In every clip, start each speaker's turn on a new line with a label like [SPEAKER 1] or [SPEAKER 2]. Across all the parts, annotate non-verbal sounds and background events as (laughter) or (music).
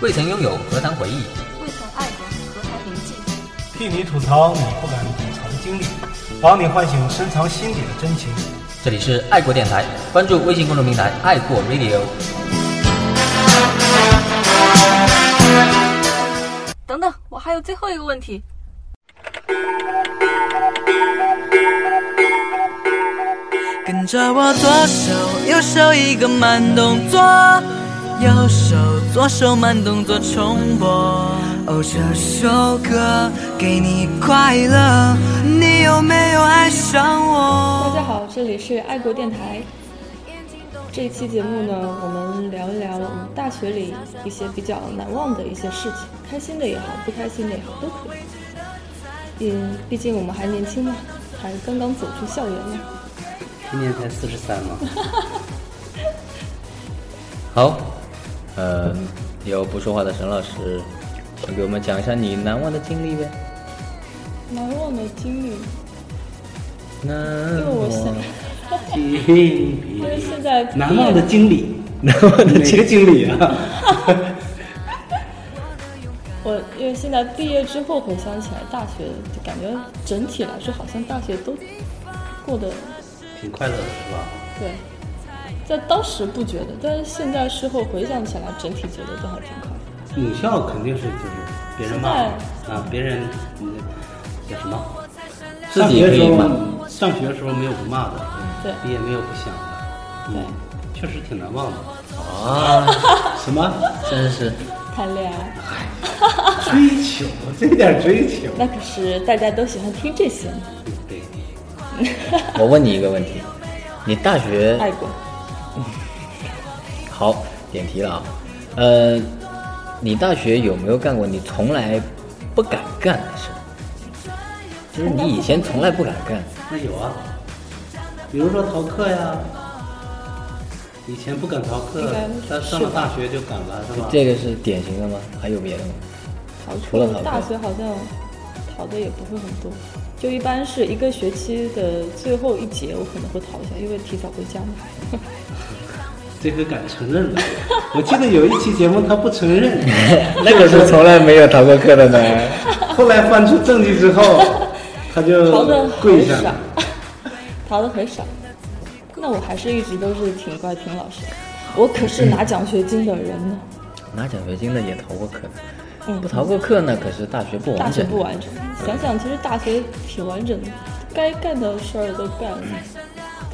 [SPEAKER 1] 未曾拥有何谈回忆？
[SPEAKER 2] 未曾爱过，何谈铭记？
[SPEAKER 3] 替你吐槽你不敢吐槽的经历，帮你唤醒深藏心底的真情。
[SPEAKER 1] 这里是爱国电台，关注微信公众平台“爱国 Radio”。
[SPEAKER 2] 等等，我还有最后一个问题。
[SPEAKER 4] 跟着我左手右手一个慢动作，右手左手慢动作重播。哦，这首歌给你快乐，你有没有爱上
[SPEAKER 5] 大
[SPEAKER 4] 我？
[SPEAKER 5] 家好，这里是爱国电台。这一期节目呢，我们聊一聊我们大学里一些比较难忘的一些事情，开心的也好，不开心的也好，都可以。嗯，毕竟我们还年轻嘛，还刚刚走出校园嘛。
[SPEAKER 6] 今年才四十三嘛，
[SPEAKER 1] 好，
[SPEAKER 6] 呃，有不说话的沈老师，请给我们讲一下你难忘的经历呗。
[SPEAKER 5] 难忘的经历，
[SPEAKER 6] 难
[SPEAKER 5] 因为我现
[SPEAKER 6] 忘，
[SPEAKER 5] 因为现在毕业
[SPEAKER 6] 难忘的经历，难忘的 (laughs) 哪个经历啊？
[SPEAKER 5] 我因为现在毕业之后回想起来，大学就感觉整体来说好像大学都过得
[SPEAKER 6] 挺快乐的是吧？
[SPEAKER 5] 对，在当时不觉得，但是现在事后回想起来，整体觉得都还挺快乐。
[SPEAKER 6] 母校肯定是就是别人骂啊，别人嗯叫什么？
[SPEAKER 1] 自己可以骂。
[SPEAKER 6] 上学的时候没有不骂的，
[SPEAKER 5] 对
[SPEAKER 6] 毕业没有不想的，嗯，确实挺难忘的。
[SPEAKER 1] 啊，
[SPEAKER 6] 什么
[SPEAKER 1] 真是
[SPEAKER 5] 谈恋爱，
[SPEAKER 6] 追求？这点追求？
[SPEAKER 5] 那可是大家都喜欢听这些呢。
[SPEAKER 6] 对，
[SPEAKER 7] 我问你一个问题，你大学
[SPEAKER 5] 爱过，
[SPEAKER 7] 好点题了啊？呃，你大学有没有干过你从来不敢干的事？就是你以前从来不敢干，
[SPEAKER 6] 那有啊，比如说逃课呀，以前不敢逃
[SPEAKER 5] 应
[SPEAKER 6] 课
[SPEAKER 5] 该，
[SPEAKER 6] 但上了大学就敢了，是吧？
[SPEAKER 7] 这个是典型的吗？还有别的吗？
[SPEAKER 5] 逃
[SPEAKER 7] 除了逃
[SPEAKER 5] 大
[SPEAKER 7] 课
[SPEAKER 5] 学好像逃的也不会很多，就一般是一个学期的最后一节，我可能会逃一下，因为提早回家嘛。
[SPEAKER 6] 这个敢承认了。我记得有一期节目他不承认，
[SPEAKER 7] 那个是从来没有逃过课的呢。
[SPEAKER 6] (laughs) 后来翻出证据之后，他就
[SPEAKER 7] 呃
[SPEAKER 5] 逃的很
[SPEAKER 6] 跪
[SPEAKER 5] 少
[SPEAKER 6] 下
[SPEAKER 5] (laughs)
[SPEAKER 6] 了。，
[SPEAKER 5] 逃的很少。那我还是一直都是挺乖、挺老实的。我可是拿奖学金的人呢，
[SPEAKER 7] 拿奖学金的也逃过课，
[SPEAKER 5] 嗯
[SPEAKER 7] 不逃过课那可是大学不
[SPEAKER 5] 大
[SPEAKER 7] 完
[SPEAKER 5] 学
[SPEAKER 7] 整。
[SPEAKER 5] 不完整。想想其实大学挺完整的，该干的事儿都干了，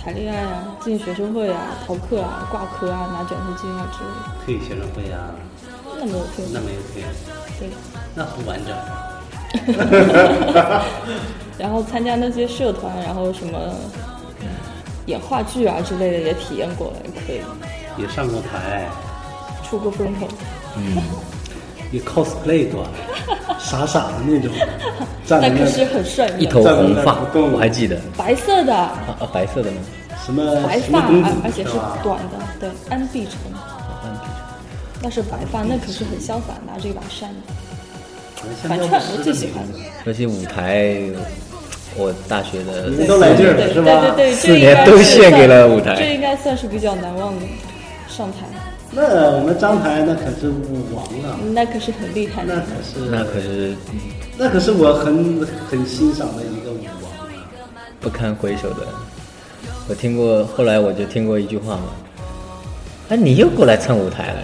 [SPEAKER 5] 谈恋爱啊，进学生会啊，逃课啊，挂科啊，拿奖学金啊之类的，
[SPEAKER 6] 退学生会啊，
[SPEAKER 5] 那没有退
[SPEAKER 6] 那没有退，
[SPEAKER 5] 对。 (laughs)
[SPEAKER 6] 那不完整。
[SPEAKER 5] 然后参加那些社团，然后什么演话剧啊之类的也体验过了，也可以
[SPEAKER 6] 也上过台，
[SPEAKER 5] 出过风头。
[SPEAKER 6] 也 cosplay 过，傻傻的那种，站在
[SPEAKER 5] 那可是
[SPEAKER 6] 那
[SPEAKER 5] 很帅的，
[SPEAKER 7] 一头
[SPEAKER 6] 在我
[SPEAKER 7] 红
[SPEAKER 6] 那儿
[SPEAKER 7] 发
[SPEAKER 6] 不动，
[SPEAKER 7] 我还记得
[SPEAKER 5] 白色的
[SPEAKER 7] 啊啊，白色的呢。
[SPEAKER 6] 什么
[SPEAKER 5] 白
[SPEAKER 6] 什
[SPEAKER 5] 发
[SPEAKER 6] 么公主
[SPEAKER 5] 而，而且是
[SPEAKER 6] 是吧
[SPEAKER 5] 短的，对，安碧城，
[SPEAKER 7] 啊安迪
[SPEAKER 5] 那是白发，那可是很潇洒，拿着一把扇子。
[SPEAKER 6] 现在
[SPEAKER 5] 反
[SPEAKER 6] 不
[SPEAKER 5] 串
[SPEAKER 6] 识
[SPEAKER 5] 我
[SPEAKER 6] 了
[SPEAKER 5] 最喜欢的，
[SPEAKER 7] 尤其舞台，我大学的
[SPEAKER 6] 你们都来劲儿
[SPEAKER 5] 对
[SPEAKER 6] 了是
[SPEAKER 5] 对
[SPEAKER 6] 吧？
[SPEAKER 5] 对对，
[SPEAKER 7] 四
[SPEAKER 5] 这应
[SPEAKER 7] 年
[SPEAKER 5] 该
[SPEAKER 7] 都
[SPEAKER 5] 是
[SPEAKER 7] 献给
[SPEAKER 5] 算
[SPEAKER 7] 了舞台
[SPEAKER 5] 这应该算是比较难忘的上台，
[SPEAKER 6] 那我们张台那可是舞王啊，
[SPEAKER 5] 那可是很厉害
[SPEAKER 6] 那
[SPEAKER 5] 的。
[SPEAKER 6] 可是
[SPEAKER 7] 那可是
[SPEAKER 6] 那可是我很很欣赏的一个舞王啊。
[SPEAKER 7] 不堪回首的。我听过，后来我就听过一句话嘛，哎，你又过来蹭舞台了？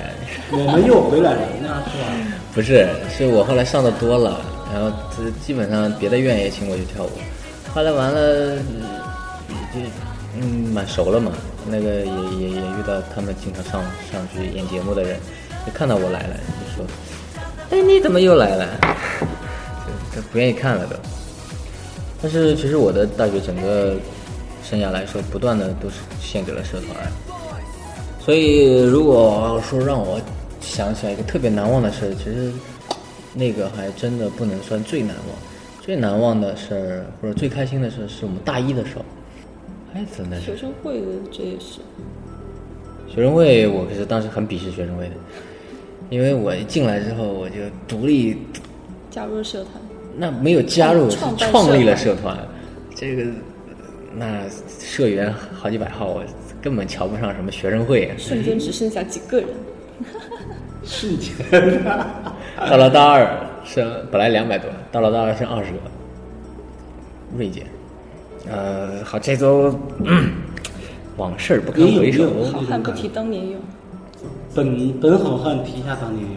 [SPEAKER 7] (laughs)
[SPEAKER 6] 我们又回来了，那是吧？
[SPEAKER 7] 不是，是我后来上的多了，然后这基本上别的院也请我去跳舞，后来完了，就嗯蛮熟了嘛，那个也也也遇到他们经常上上去演节目的人，就看到我来了，就说，哎，你怎么又来了？就就不愿意看了都。但是其实我的大学整个生涯来说，不断的都是献给了社团。所以如果说让我想起来一个特别难忘的事儿，其实那个还真的不能算最难忘。最难忘的事儿或者最开心的事儿，是我们大一的时候。哎，真的是
[SPEAKER 5] 学生会的这也是，
[SPEAKER 7] 学生会，我可是当时很鄙视学生会的，因为我一进来之后我就独立
[SPEAKER 5] 加入社团，
[SPEAKER 7] 那没有加入，是
[SPEAKER 5] 创办
[SPEAKER 7] 创立了
[SPEAKER 5] 社
[SPEAKER 7] 社团，这个那社员
[SPEAKER 5] (laughs)
[SPEAKER 7] 好几百号，我根本瞧不上什么学生会。
[SPEAKER 5] 瞬间只剩下几个人。
[SPEAKER 6] 瞬间，
[SPEAKER 7] 到了大二升本来两百多，到了大二升二十个，锐减。呃，好，这周、嗯往事不堪
[SPEAKER 6] 你有没
[SPEAKER 7] 回首
[SPEAKER 6] 有。
[SPEAKER 5] 好汉不提当年勇，
[SPEAKER 6] 本本好汉提下当年勇。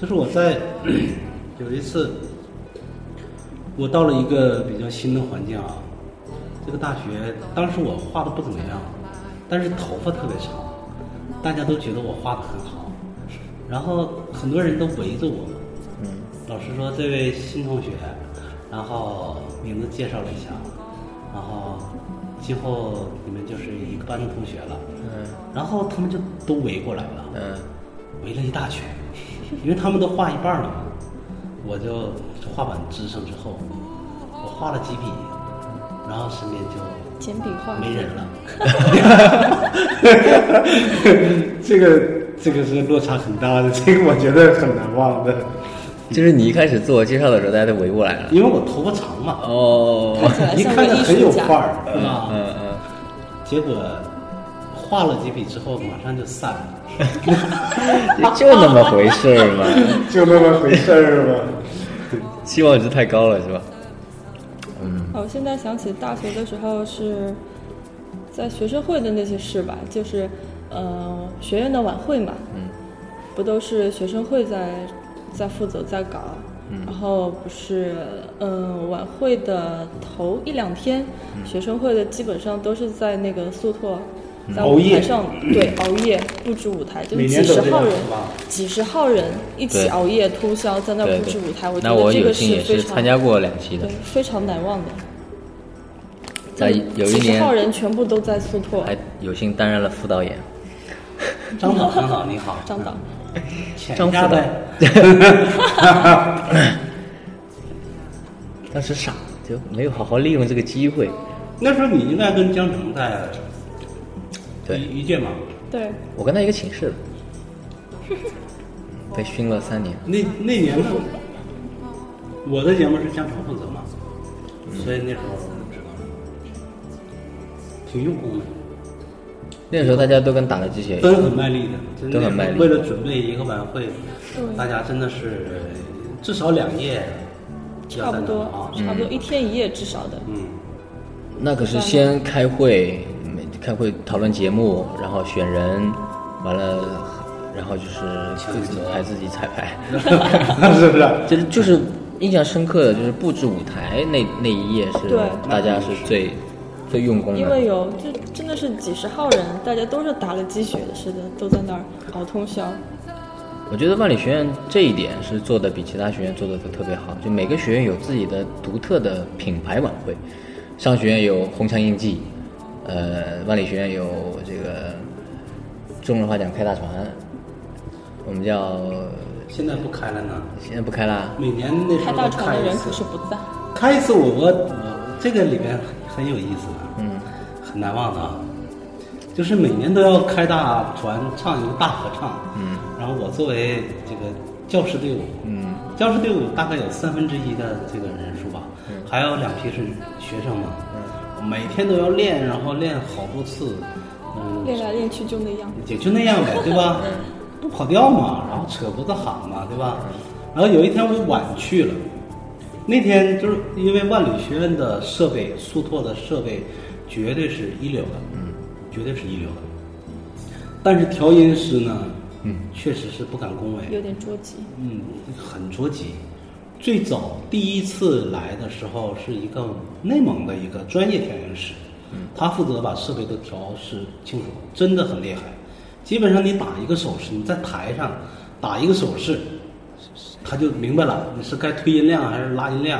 [SPEAKER 6] 就是我在有一次，我到了一个比较新的环境啊，这个大学当时我画的不怎么样，但是头发特别长，大家都觉得我画的很好，然后很多人都围着我。嗯，老师说这位新同学，然后名字介绍了一下，然后今后你们就是一个班的同学了。嗯，然后他们就都围过来了。
[SPEAKER 7] 嗯，
[SPEAKER 6] 围了一大圈，因为他们都画一半了嘛，我就画板支上之后，我画了几笔，然后身边就
[SPEAKER 5] 简笔画
[SPEAKER 6] 没人了。 (laughs) 这个这个是落差很大的，这个我觉得很难忘的，
[SPEAKER 7] 就是你一开始自我介绍的时候，大家都围过来了。
[SPEAKER 6] 因为我头发长嘛， (laughs)
[SPEAKER 7] 哦，
[SPEAKER 5] 看起来
[SPEAKER 6] 一
[SPEAKER 5] 像
[SPEAKER 6] 看
[SPEAKER 5] 个
[SPEAKER 6] 着
[SPEAKER 5] 艺
[SPEAKER 6] 很有
[SPEAKER 5] 术家
[SPEAKER 6] 范。儿啊。
[SPEAKER 7] 嗯嗯，
[SPEAKER 6] 结果画了几笔之后，马上就散了，
[SPEAKER 7] 就那么回事儿嘛。
[SPEAKER 6] (laughs) 就那么回事儿吧。
[SPEAKER 7] 期望值太高了是吧？
[SPEAKER 5] 哦，我现在想起大学的时候是在学生会的那些事吧，就是呃学院的晚会嘛，嗯，不都是学生会在在负责在搞，
[SPEAKER 7] 嗯
[SPEAKER 5] 然后不是嗯、呃晚会的头一两天，
[SPEAKER 7] 嗯
[SPEAKER 5] 学生会的基本上都是在那个宿拓。
[SPEAKER 7] 嗯
[SPEAKER 5] 在
[SPEAKER 6] 熬
[SPEAKER 5] 舞
[SPEAKER 6] 夜
[SPEAKER 5] 台上，对，熬夜布置舞台，就
[SPEAKER 6] 每
[SPEAKER 5] 是
[SPEAKER 6] 年
[SPEAKER 5] 几
[SPEAKER 6] 都
[SPEAKER 5] 十
[SPEAKER 6] 这
[SPEAKER 5] 号
[SPEAKER 6] 样
[SPEAKER 5] 人
[SPEAKER 6] 是吧，
[SPEAKER 5] 几十号人一起
[SPEAKER 7] 对
[SPEAKER 5] 熬夜通宵在那儿
[SPEAKER 7] 对
[SPEAKER 5] 布置
[SPEAKER 7] 对
[SPEAKER 5] 舞台，我
[SPEAKER 7] 那
[SPEAKER 5] 觉得
[SPEAKER 7] 我
[SPEAKER 5] 这
[SPEAKER 7] 有
[SPEAKER 5] 个
[SPEAKER 7] 幸也
[SPEAKER 5] 非
[SPEAKER 7] 是
[SPEAKER 5] 常
[SPEAKER 7] 参加过两期的
[SPEAKER 5] 对，，非常难忘的。
[SPEAKER 7] 在有一
[SPEAKER 5] 几十
[SPEAKER 7] 年哎
[SPEAKER 5] 号人全部都在苏拓，
[SPEAKER 7] 还有幸担任了副导演。
[SPEAKER 6] 张导，张导你好，嗯
[SPEAKER 5] 张导，
[SPEAKER 6] 潜
[SPEAKER 7] 张
[SPEAKER 6] 家
[SPEAKER 7] 副导
[SPEAKER 6] 呗。
[SPEAKER 7] 当时傻，就没有好好利用这个机会。
[SPEAKER 6] 那时候你应该跟江城在
[SPEAKER 7] 对
[SPEAKER 6] 一一届嘛，
[SPEAKER 5] 对，
[SPEAKER 7] 我跟他一个寝
[SPEAKER 5] (laughs)
[SPEAKER 7] 室的，被熏了三年。
[SPEAKER 5] 嗯
[SPEAKER 6] 那那年呢，我的节目是江城负责嘛，
[SPEAKER 7] 嗯
[SPEAKER 6] 所以那时候我知道了，挺用功的，
[SPEAKER 7] 那时候大家都跟打了鸡血一
[SPEAKER 6] 真
[SPEAKER 7] 样，
[SPEAKER 6] 很卖力的，真的
[SPEAKER 7] 都很卖力
[SPEAKER 6] 为了准备一个晚会，大家真的是至少两夜，
[SPEAKER 5] 差不多
[SPEAKER 6] 啊，，
[SPEAKER 5] 差不多一天一夜至少的。
[SPEAKER 6] 嗯，
[SPEAKER 7] 那可是先开会，每开会讨论节目，然后选人，完了，然后就是自己排自己彩排，
[SPEAKER 6] 嗯 (laughs) 是不是？
[SPEAKER 7] 就是就是印象深刻的就是布置舞台那那一夜是
[SPEAKER 5] 对
[SPEAKER 7] 大家是最最用功
[SPEAKER 5] 因为
[SPEAKER 7] 的，
[SPEAKER 5] 有就真的是几十号人，大家都是打了鸡血的似的，都在那儿熬通宵。
[SPEAKER 7] 我觉得万里学院这一点是做的比其他学院做的都特别好，就每个学院有自己的独特的品牌晚会，商学院有红墙印记，呃，万里学院有这个中文话讲开大船，我们叫
[SPEAKER 6] 现在不开了呢，
[SPEAKER 7] 现在不开啦，
[SPEAKER 6] 每年那时
[SPEAKER 5] 开
[SPEAKER 6] 候
[SPEAKER 5] 大
[SPEAKER 6] 都
[SPEAKER 5] 船的
[SPEAKER 6] 一
[SPEAKER 5] 人
[SPEAKER 6] 次
[SPEAKER 5] 可是不在，
[SPEAKER 6] 开一次我我我这个里面很有意思的，嗯，很难忘的啊，就是每年都要开大船唱一个大合唱，嗯，然后我作为这个教师队伍，嗯，教师队伍大概有三分之一的这个人数吧，还有两批是学生嘛，嗯，每天都要练，然后练好多次，嗯，
[SPEAKER 5] 练来练去就那样。
[SPEAKER 6] 也就那样呗，对吧？
[SPEAKER 5] 嗯
[SPEAKER 6] 不跑调嘛，然后扯脖子喊嘛，对吧？然后有一天我晚去了，那天就是因为万里学院的设备，速拓的设备绝对是一流的，嗯，绝对是一流的。但是调音师呢，嗯，确实是不敢恭维，
[SPEAKER 5] 有点着急，
[SPEAKER 6] 嗯，很着急。最早第一次来的时候是一个内蒙的一个专业调音师，他负责把设备都调试清楚，真的很厉害。基本上你打一个手势，你在台上打一个手势，他就明白了你是该推音量还是拉音量，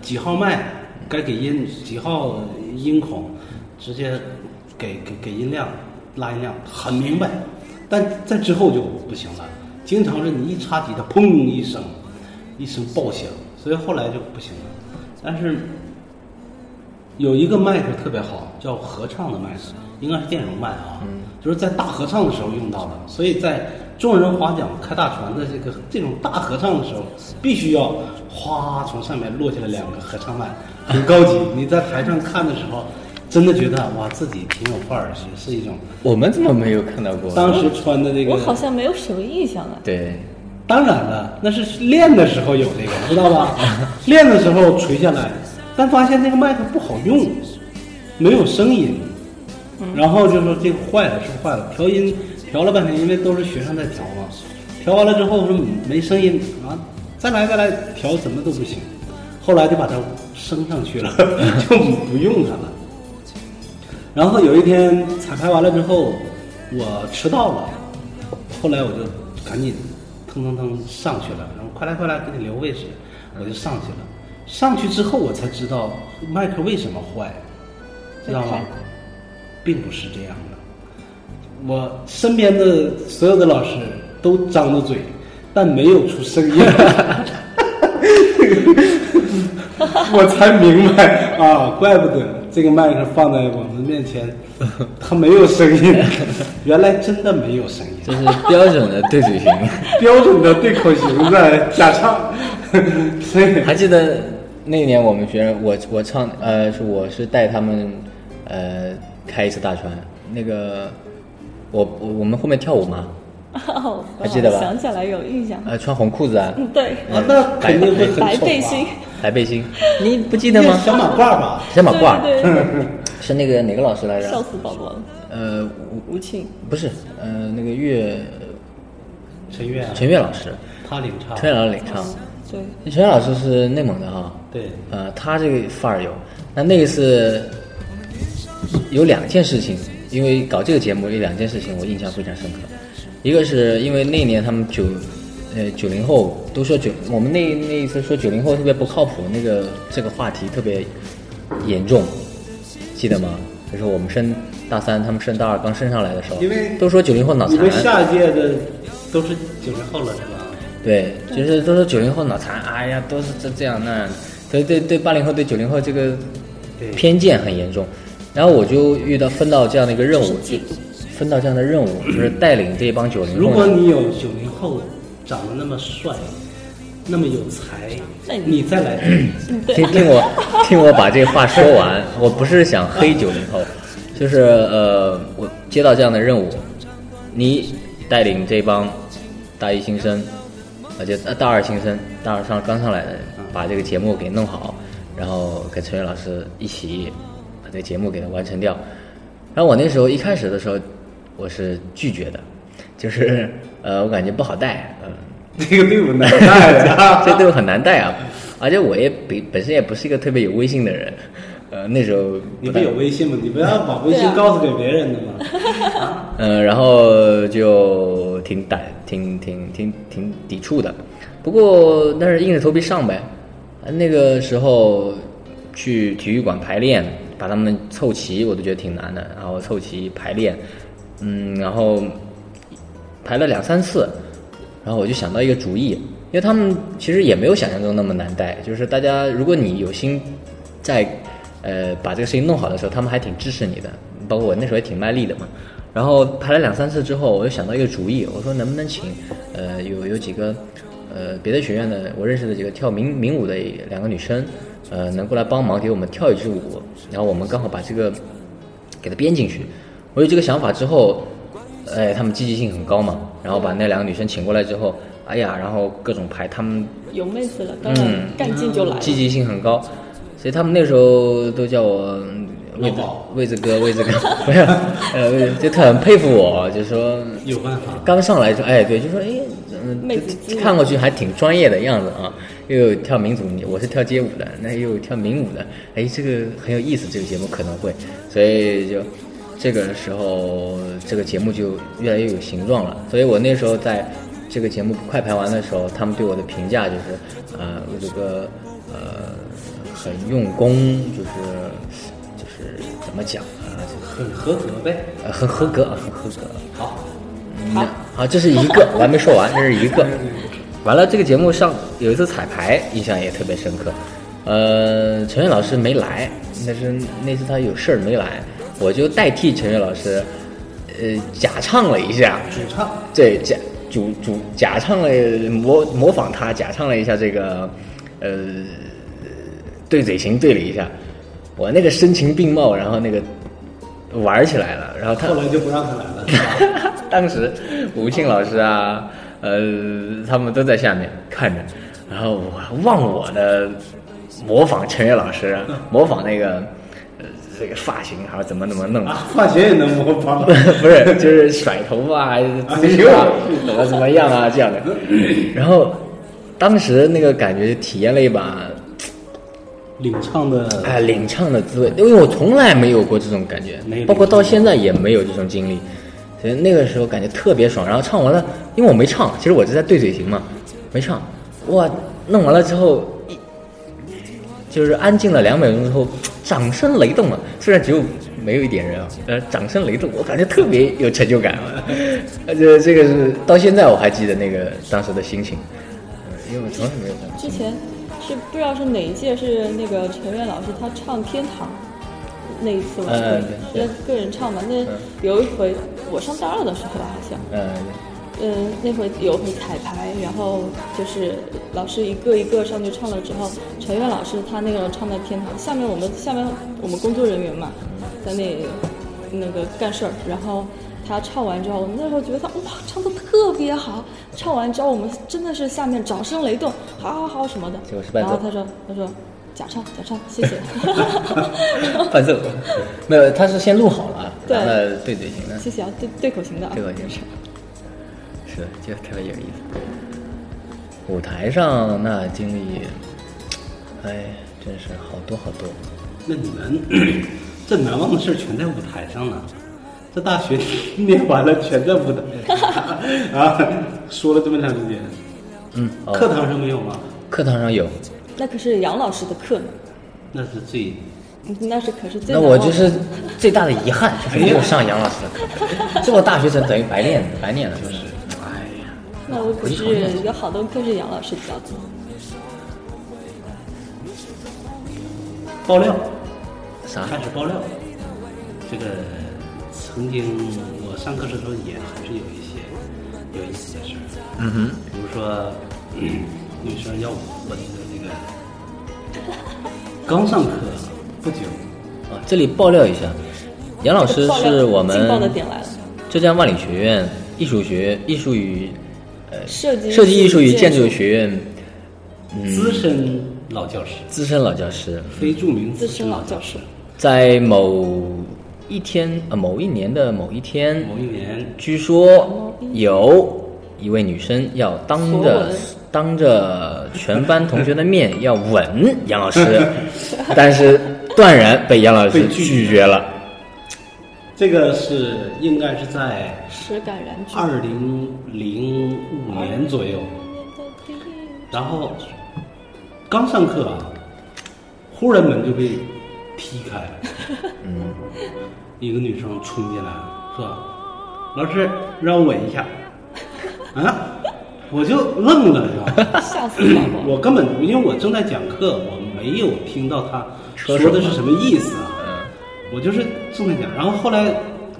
[SPEAKER 6] 几号麦该给音几号音孔，直接给给给音量拉音量，很明白。但在之后就不行了，经常是你一插吉他，砰一声，一声爆响，所以后来就不行了。但是有一个麦克特别好，叫合唱的麦克，应该是电容麦啊，就是在大合唱的时候用到的。所以在众人划桨开大船的这个这种大合唱的时候，必须要哗从上面落下来两个合唱麦，很高级。你在台上看的时候，真的觉得哇，自己挺有范儿的，是一种。
[SPEAKER 7] 我们怎么没有看到过？
[SPEAKER 6] 当时穿的这个，
[SPEAKER 5] 我好像没有什么印象啊。
[SPEAKER 7] 对，
[SPEAKER 6] 当然了，那是练的时候有这个，知道吧？练的时候垂下来，但发现这个麦克不好用，没有声音，然后就说这个坏了是坏了，调音调了半天，因为都是学生在调嘛，调完了之后说没声音啊，再来再来调怎么都不行，后来就把它升上去了， (laughs) 就不用它了。然后有一天彩排完了之后，我迟到了，后来我就赶紧腾腾腾上去了，然后快来快来给你留位置，我就上去了。上去之后我才知道麦克为什么坏，知道吗？并不是这样的。我身边的所有的老师都张着嘴，但没有出声音。我才明白啊，怪不得这个麦克放在我们面前，它没有声音，原来真的没有声
[SPEAKER 7] 这
[SPEAKER 6] 音，
[SPEAKER 7] 是标准的对嘴型。
[SPEAKER 6] 标准的对口型在假唱，所以
[SPEAKER 7] (laughs) 还记得那年我们学生，我我唱呃，是我是带他们呃开一次大船，那个我我我们后面跳舞嘛，
[SPEAKER 5] (laughs) 哦，我
[SPEAKER 7] 还记得吧
[SPEAKER 5] 好像想起来有印象。
[SPEAKER 7] 呃穿红裤子啊，
[SPEAKER 5] (laughs) 嗯，对，
[SPEAKER 6] 啊，那肯定会很丑、啊
[SPEAKER 5] 白、背心，
[SPEAKER 7] 白背心，你不记得吗？
[SPEAKER 6] 小马褂吧，
[SPEAKER 7] 小马褂
[SPEAKER 5] 对对对，
[SPEAKER 7] (laughs) 是那个哪个老师来
[SPEAKER 5] 笑
[SPEAKER 7] 着？
[SPEAKER 5] 死宝宝了。
[SPEAKER 7] 呃，我
[SPEAKER 5] 吴庆，
[SPEAKER 7] 不是呃那个岳
[SPEAKER 6] 陈悦啊，
[SPEAKER 7] 陈岳老师，
[SPEAKER 6] 他领唱，
[SPEAKER 7] 陈岳老师领唱，
[SPEAKER 5] 对，
[SPEAKER 7] 陈岳老师是内蒙的哈、
[SPEAKER 6] 对，
[SPEAKER 7] 呃，他这个范儿有。那那一次有两件事情，因为搞这个节目有两件事情我印象非常深刻。一个是因为那年他们九，呃九零后都说九，我们那那一次说九零后特别不靠谱，那个这个话题特别严重，记得吗？就是我们升大三，他们升大二刚升上来的时候，
[SPEAKER 6] 因为
[SPEAKER 7] 都说九零后脑残
[SPEAKER 6] 你，们下一届的都是九零后了是吧？
[SPEAKER 7] 对，就是都说九零后脑残，哎呀，都是这这样那样，对对对，八零后对九零后这个
[SPEAKER 6] 对，
[SPEAKER 7] 偏见很严重。然后我就遇到分到这样的一个任务，就分到这样的任务，就是带领这一帮九零
[SPEAKER 6] 如
[SPEAKER 7] 后
[SPEAKER 6] 果
[SPEAKER 7] 呢。
[SPEAKER 6] 你有九零后长得那么帅，那么有才
[SPEAKER 5] 那，你
[SPEAKER 6] 你再来， (clears throat)
[SPEAKER 7] (laughs) 听听我听我把这话说完，我不是想黑九零后，就是呃，我接到这样的任务，你带领这帮大一新生，啊，就呃大二新生，大二上刚上来的人，把这个节目给弄好，然后跟陈宇老师一起把这个节目给它完成掉。然后我那时候一开始的时候，我是拒绝的，就是呃，我感觉不好带，嗯、！
[SPEAKER 6] 这个队伍难带啊 (laughs)
[SPEAKER 7] 这队伍很难带啊，而且我也比本身也不是一个特别有威信的人，呃，那时候
[SPEAKER 6] 你不
[SPEAKER 7] 太
[SPEAKER 6] 有微信吗？你不要把微信告诉给别人的嘛。
[SPEAKER 7] 嗯，然后就挺胆，挺挺挺挺抵触的。不过但是硬着头皮上呗。呃那个时候去体育馆排练，把他们凑齐，我都觉得挺难的。然后凑齐排练，嗯，然后排了两三次，然后我就想到一个主意，因为他们其实也没有想象中那么难带，就是大家如果你有心在呃把这个事情弄好的时候，他们还挺支持你的，包括我那时候也挺卖力的嘛。然后排了两三次之后，我又想到一个主意，我说能不能请呃有有几个呃别的学院的我认识的几个跳民民舞的两个女生，呃能过来帮忙给我们跳一支舞，然后我们刚好把这个给它编进去。我有这个想法之后，哎，他们积极性很高嘛，然后把那两个女生请过来之后，哎呀，然后各种排，他们
[SPEAKER 5] 有妹子了，当
[SPEAKER 7] 嗯
[SPEAKER 5] 然干劲就来了。
[SPEAKER 7] 积极性很高，所以他们那时候都叫我嗯魏子魏子哥，魏子哥， (laughs) 不是，呃，魏就他很佩服我，就说
[SPEAKER 6] 有办法，
[SPEAKER 7] 刚上来就哎，对，就说哎，嗯、
[SPEAKER 5] 妹子资源
[SPEAKER 7] 看过去还挺专业的样子啊，又有跳民族，我是跳街舞的，那又有跳民舞的，哎，这个很有意思，这个节目可能会，所以就这个时候这个节目就越来越有形状了。所以我那时候在这个节目快排完的时候，他们对我的评价就是，呃，我这个呃很用功，就是就是怎么讲啊，就
[SPEAKER 6] 很合格呗。
[SPEAKER 7] 呃很合格啊，很合格。
[SPEAKER 6] 好，
[SPEAKER 7] 好，好，啊这是一个，我还没说完，这是一个。完了，这个节目上有一次彩排，印象也特别深刻。呃，陈悦老师没来，那是那次他有事儿没来，我就代替陈悦老师，呃，假唱了一下，
[SPEAKER 6] 主唱
[SPEAKER 7] 对假主主假唱了模模仿他假唱了一下这个，呃，对嘴型对了一下，我那个声情并茂，然后那个玩起来了，然后他
[SPEAKER 6] 后来就不让他来了，是吧？
[SPEAKER 7] (laughs) 当时吴庆老师啊，呃，他们都在下面看着，然后我忘我的模仿陈悦老师，模仿那个呃这个发型，还是怎么怎么弄
[SPEAKER 6] (laughs)
[SPEAKER 7] 的，
[SPEAKER 6] 啊，发型也能模仿，
[SPEAKER 7] (laughs) 不是就是甩头发、追求啊，怎么怎么样啊这样的。然后当时那个感觉体验了一把
[SPEAKER 6] (laughs) 领唱的
[SPEAKER 7] 哎，领唱的滋味，因为我从来没有过这种感觉
[SPEAKER 6] 没有，
[SPEAKER 7] 包括到现在也没有这种经历，所以那个时候感觉特别爽。然后唱完了，因为我没唱，其实我是在对嘴型嘛，没唱，哇，弄完了之后，一就是安静了两秒钟之后，掌声雷动啊！虽然只有没有一点人啊，但是掌声雷动，我感觉特别有成就感啊！ (laughs) 呃，这这个是到现在我还记得那个当时的心情，嗯因为我从来没有这样
[SPEAKER 5] 之前是不知道是哪一届，是那个陈悦老师他唱《天堂》那一次，我是
[SPEAKER 7] 嗯
[SPEAKER 5] 个
[SPEAKER 7] 对
[SPEAKER 5] 人个人唱嘛。那有一回我上大二的时候吧，好像，
[SPEAKER 7] 嗯、
[SPEAKER 5] 嗯，那会有一回彩排，然后就是老师一个一个上去唱了之后，陈悦老师他那个唱的《天堂》，下面我们下面我们工作人员嘛，在那里那个干事儿，然后他唱完之后，我们那时候觉得他哇唱的特别好，唱完之后我们真的是下面掌声雷动，好好好什么的
[SPEAKER 7] 结果是，伴
[SPEAKER 5] 然
[SPEAKER 7] 奏
[SPEAKER 5] 后他说他说假唱假唱谢谢，
[SPEAKER 7] (laughs) 伴奏，没有，他是先录好了，啊
[SPEAKER 5] 对
[SPEAKER 7] 然后对嘴型的，
[SPEAKER 5] 谢谢啊对对口型的啊
[SPEAKER 7] 这，个就是，是的就特别有意思。舞台上那经历，哎，真是好多好多。
[SPEAKER 6] 那你们 (clears throat) 这难忘的事儿全在舞台上呢。这大学 (laughs) 念完了，全在舞台上啊！说了这么长时间，
[SPEAKER 7] 嗯，哦
[SPEAKER 6] 课堂上没有吗？
[SPEAKER 7] 课堂上有，
[SPEAKER 5] 那可是杨老师的课呢，
[SPEAKER 6] 那是最
[SPEAKER 5] 那是可是最
[SPEAKER 7] 那
[SPEAKER 5] 难
[SPEAKER 7] 我
[SPEAKER 5] 忘
[SPEAKER 7] 就
[SPEAKER 5] 的
[SPEAKER 7] 是最大的遗憾就是没有上杨老师的课，这我大学生等于白练白练了，就是。哎呀，
[SPEAKER 5] 那我可是有好多课是杨老师教的，
[SPEAKER 6] 爆料，
[SPEAKER 7] 啥？
[SPEAKER 6] 开始爆料。这个曾经我上课的时候也还是有一些有意思的事儿。
[SPEAKER 7] 嗯哼，
[SPEAKER 6] 比如说，嗯女生要我的那个，刚上课不久，
[SPEAKER 7] 啊，这里爆料一下，杨老
[SPEAKER 5] 这
[SPEAKER 7] 师
[SPEAKER 5] 个爆料
[SPEAKER 7] 是我
[SPEAKER 5] 劲爆的
[SPEAKER 7] 们
[SPEAKER 5] 点来了，
[SPEAKER 7] 浙江万里学院艺术学艺术与
[SPEAKER 5] 设计
[SPEAKER 7] 呃设计艺术与建
[SPEAKER 5] 建
[SPEAKER 7] 筑学院嗯
[SPEAKER 6] 资深老教师，
[SPEAKER 7] 资深老教师，
[SPEAKER 6] 非著名
[SPEAKER 5] 资深老教师，
[SPEAKER 7] 在某一天呃某一年的某一天，
[SPEAKER 6] 某一年
[SPEAKER 7] 据说有一位女生要当
[SPEAKER 5] 索
[SPEAKER 7] 着
[SPEAKER 5] 吻
[SPEAKER 7] 当着全班同学的面 (laughs) 要吻杨老师， (laughs) 但是断然被杨老师
[SPEAKER 6] 被拒
[SPEAKER 7] 拒绝了。
[SPEAKER 6] 这个是应该是在
[SPEAKER 5] 实感染剧。
[SPEAKER 6] 二零零五年左右，然后刚上课啊，忽然门就被踢开了，一个女生冲进来了，说：“老师让我吻一下。”啊，我就愣了，
[SPEAKER 5] (laughs)
[SPEAKER 6] 是吧？
[SPEAKER 5] 吓死宝宝！
[SPEAKER 6] 我根本因为我正在讲课，我没有听到他说的是什么意思啊。我就是正在讲，然后后来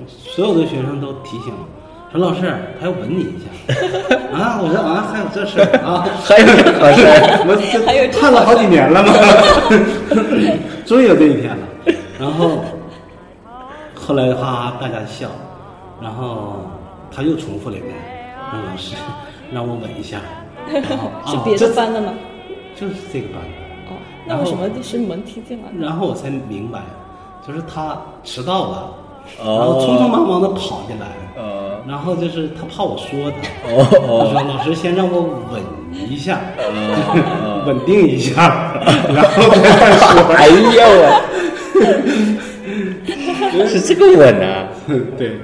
[SPEAKER 6] 所有的学生都提醒我说：“老师，他要吻你一下啊！”我说：“啊，还有这事儿啊！”
[SPEAKER 7] 还有杨哎老师，
[SPEAKER 6] 我
[SPEAKER 5] (laughs) 还有
[SPEAKER 6] 这
[SPEAKER 5] 这
[SPEAKER 6] 盼了好几年
[SPEAKER 5] (laughs)
[SPEAKER 6] 了嘛，终于有这一天了。然后后来哈哈大家笑，然后他又重复了一遍，让老师让我吻
[SPEAKER 5] (laughs)
[SPEAKER 6] 一下。然后
[SPEAKER 5] 是
[SPEAKER 6] 啊
[SPEAKER 5] 别
[SPEAKER 6] 这
[SPEAKER 5] 的班的吗？
[SPEAKER 6] 就是这个班的。
[SPEAKER 5] 哦，
[SPEAKER 6] 然
[SPEAKER 5] 那
[SPEAKER 6] 后
[SPEAKER 5] 为什么是门踢进来的？
[SPEAKER 6] 然后我才明白，就是他迟到了，
[SPEAKER 7] 哦
[SPEAKER 6] 然后匆匆忙忙的跑进来，
[SPEAKER 7] 呃，
[SPEAKER 6] 然后就是他怕我说他，
[SPEAKER 7] 哦嗯
[SPEAKER 6] 他说老师先让我吻一下，稳定一
[SPEAKER 7] (laughs)
[SPEAKER 6] 下，然后再说。
[SPEAKER 7] (laughs) 哎呦喂， (laughs) 是这个吻啊！
[SPEAKER 6] 对，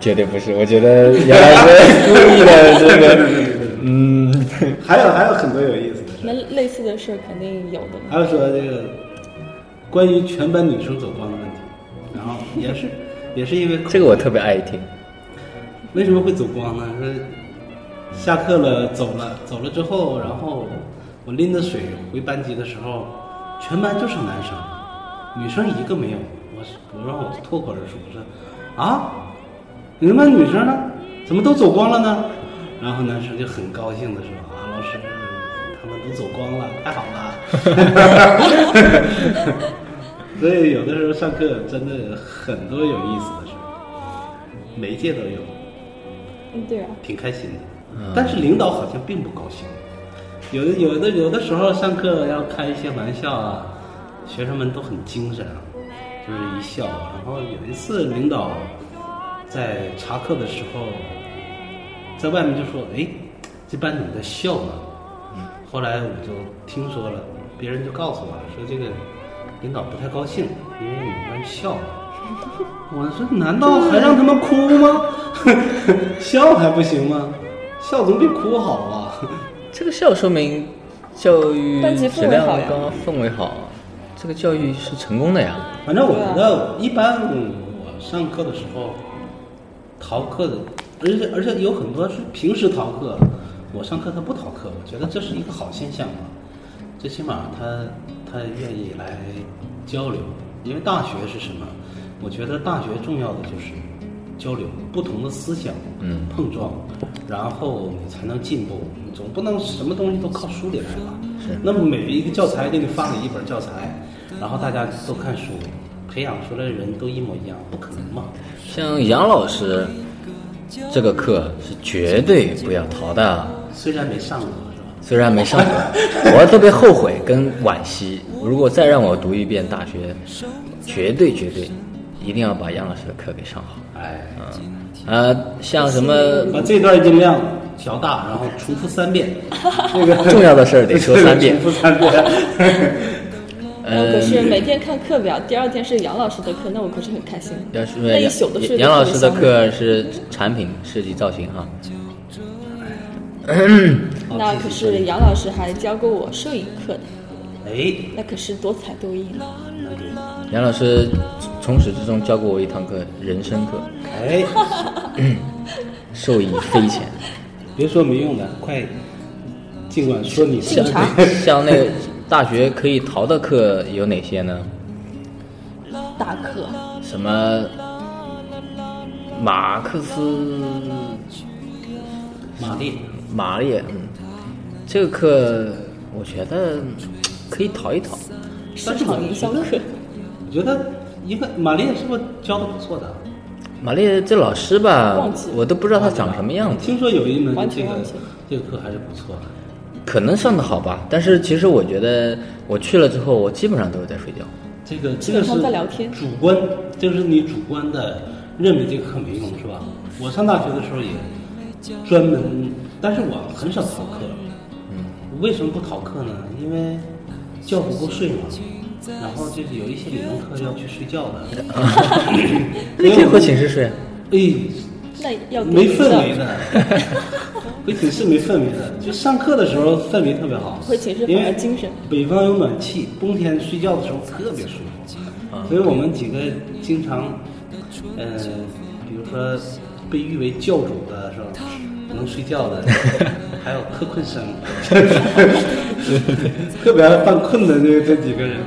[SPEAKER 7] 绝对不是，我觉得杨老师故意的这个，嗯，
[SPEAKER 6] 还有还有很多有意思的事，
[SPEAKER 5] 那类似的事儿肯定有的嘛。
[SPEAKER 6] 还有说这个关于全班女生走光的问题，然后也是也是因为
[SPEAKER 7] 这个我特别爱听。
[SPEAKER 6] 为什么会走光呢？说下课了，走了，走了之后，然后我拎着水回班级的时候，全班就是男生，女生一个没有。我是我让我脱口而出，我说啊，你们班女生呢？怎么都走光了呢？然后男生就很高兴的说啊，老师，他们都走光了，太好了。所以有的时候上课真的很多有意思的事儿，每一届都有，
[SPEAKER 5] 嗯，对啊，
[SPEAKER 6] 挺开心的。但是领导好像并不高兴，有的有的有的时候上课要开一些玩笑啊，学生们都很精神啊，就是一笑。啊然后有一次领导在查课的时候，在外面就说：“哎，这班怎么在笑呢？”后来我就听说了，别人就告诉我了，说这个领导不太高兴，因为你们班笑啊了。我说难道还让他们哭吗？ (laughs) 笑还不行吗？笑总比哭好啊！
[SPEAKER 7] 这个笑说明教育
[SPEAKER 5] 班级氛
[SPEAKER 7] 质
[SPEAKER 5] 围
[SPEAKER 7] 量
[SPEAKER 5] 好呀
[SPEAKER 7] 高，氛围好，这个教育是成功的呀。
[SPEAKER 6] 反正我觉得一般我上课的时候逃课的，而且而且有很多是平时逃课，我上课他不逃课，我觉得这是一个好现象嘛。最起码他他愿意来交流，因为大学是什么？我觉得大学重要的就是交流，不同的思想
[SPEAKER 7] 嗯
[SPEAKER 6] 碰撞，然后你才能进步。你总不能什么东西都靠书里来吧？
[SPEAKER 7] 是
[SPEAKER 6] 那么每一个教材给你发了一本教材，然后大家都看书，培养出来的人都一模一样，不可能嘛？
[SPEAKER 7] 像杨老师这个课是绝对不要逃的，
[SPEAKER 6] 虽然没上过是吧？
[SPEAKER 7] 虽然没上过，我特别后悔跟惋惜。如果再让我读一遍大学，绝对绝对一定要把杨老师的课给上好。
[SPEAKER 6] 哎，
[SPEAKER 7] 呃，像什么
[SPEAKER 6] 把这段音量调大，然后重复三 (laughs) 遍，这个
[SPEAKER 7] 重要的事儿得说三遍
[SPEAKER 6] 重复三 (laughs) 遍。
[SPEAKER 7] 呃
[SPEAKER 5] 那可是每天看课表，第二天是杨老师的课，那我可是很开心。
[SPEAKER 7] (laughs) 要是
[SPEAKER 5] 那一宿都睡
[SPEAKER 7] 杨
[SPEAKER 5] 得
[SPEAKER 7] 杨老师的
[SPEAKER 5] 特别香
[SPEAKER 7] 课是产品设计造型啊，
[SPEAKER 5] 那
[SPEAKER 6] 哦
[SPEAKER 5] 可是杨老师还教过我摄影课的，
[SPEAKER 6] 哎，
[SPEAKER 5] 那可是多才多艺呢。
[SPEAKER 7] 杨老师从始至终教过我一堂课，人生课，
[SPEAKER 6] 哎，
[SPEAKER 7] 受益匪浅。
[SPEAKER 6] 别说没用的，快，尽管说你是
[SPEAKER 5] 敬茶
[SPEAKER 7] 像那个大学可以逃的课有哪些呢？
[SPEAKER 5] 大课，
[SPEAKER 7] 什么马克思、
[SPEAKER 6] 马丽，
[SPEAKER 7] 马列，嗯，这个课我觉得可以逃一逃。
[SPEAKER 5] 市场营销课，
[SPEAKER 6] 我觉得应该马丽是不是教的不错的？
[SPEAKER 7] 马列这老师吧
[SPEAKER 5] 忘记，了
[SPEAKER 7] 我都不知道他长什么样子，
[SPEAKER 6] 听说有一门
[SPEAKER 5] 完
[SPEAKER 6] 这
[SPEAKER 5] 全
[SPEAKER 6] 个
[SPEAKER 5] 忘记了
[SPEAKER 6] 这个课还是不错的。
[SPEAKER 7] 可能上的好吧，但是其实我觉得我去了之后，我基本上都是在睡觉。
[SPEAKER 6] 这个这
[SPEAKER 5] 基
[SPEAKER 6] 个
[SPEAKER 5] 本上
[SPEAKER 6] 是
[SPEAKER 5] 在聊天
[SPEAKER 6] 主观，就是你主观的认为这个课没用是吧？我上大学的时候也专门，但是我很少逃课。嗯，为什么不逃课呢？因为觉不够睡嘛。然后就是有一些理论课要去睡觉的，
[SPEAKER 7] 那可以回寝室睡啊。
[SPEAKER 6] 哎，
[SPEAKER 5] 那要多
[SPEAKER 6] 没
[SPEAKER 5] 营
[SPEAKER 6] 氛
[SPEAKER 5] 造 (laughs)
[SPEAKER 6] 围的，回寝室没氛围的，就上课的时候氛围特别好，
[SPEAKER 5] 回寝室反
[SPEAKER 6] 因为
[SPEAKER 5] 而精神。
[SPEAKER 6] 北方有暖气，冬天睡觉的时候特别舒服，所以我们几个经常，呃，比如说被誉为教主的是吧？能睡觉的，还有科困生， (laughs) 特别爱犯困的这这几个人，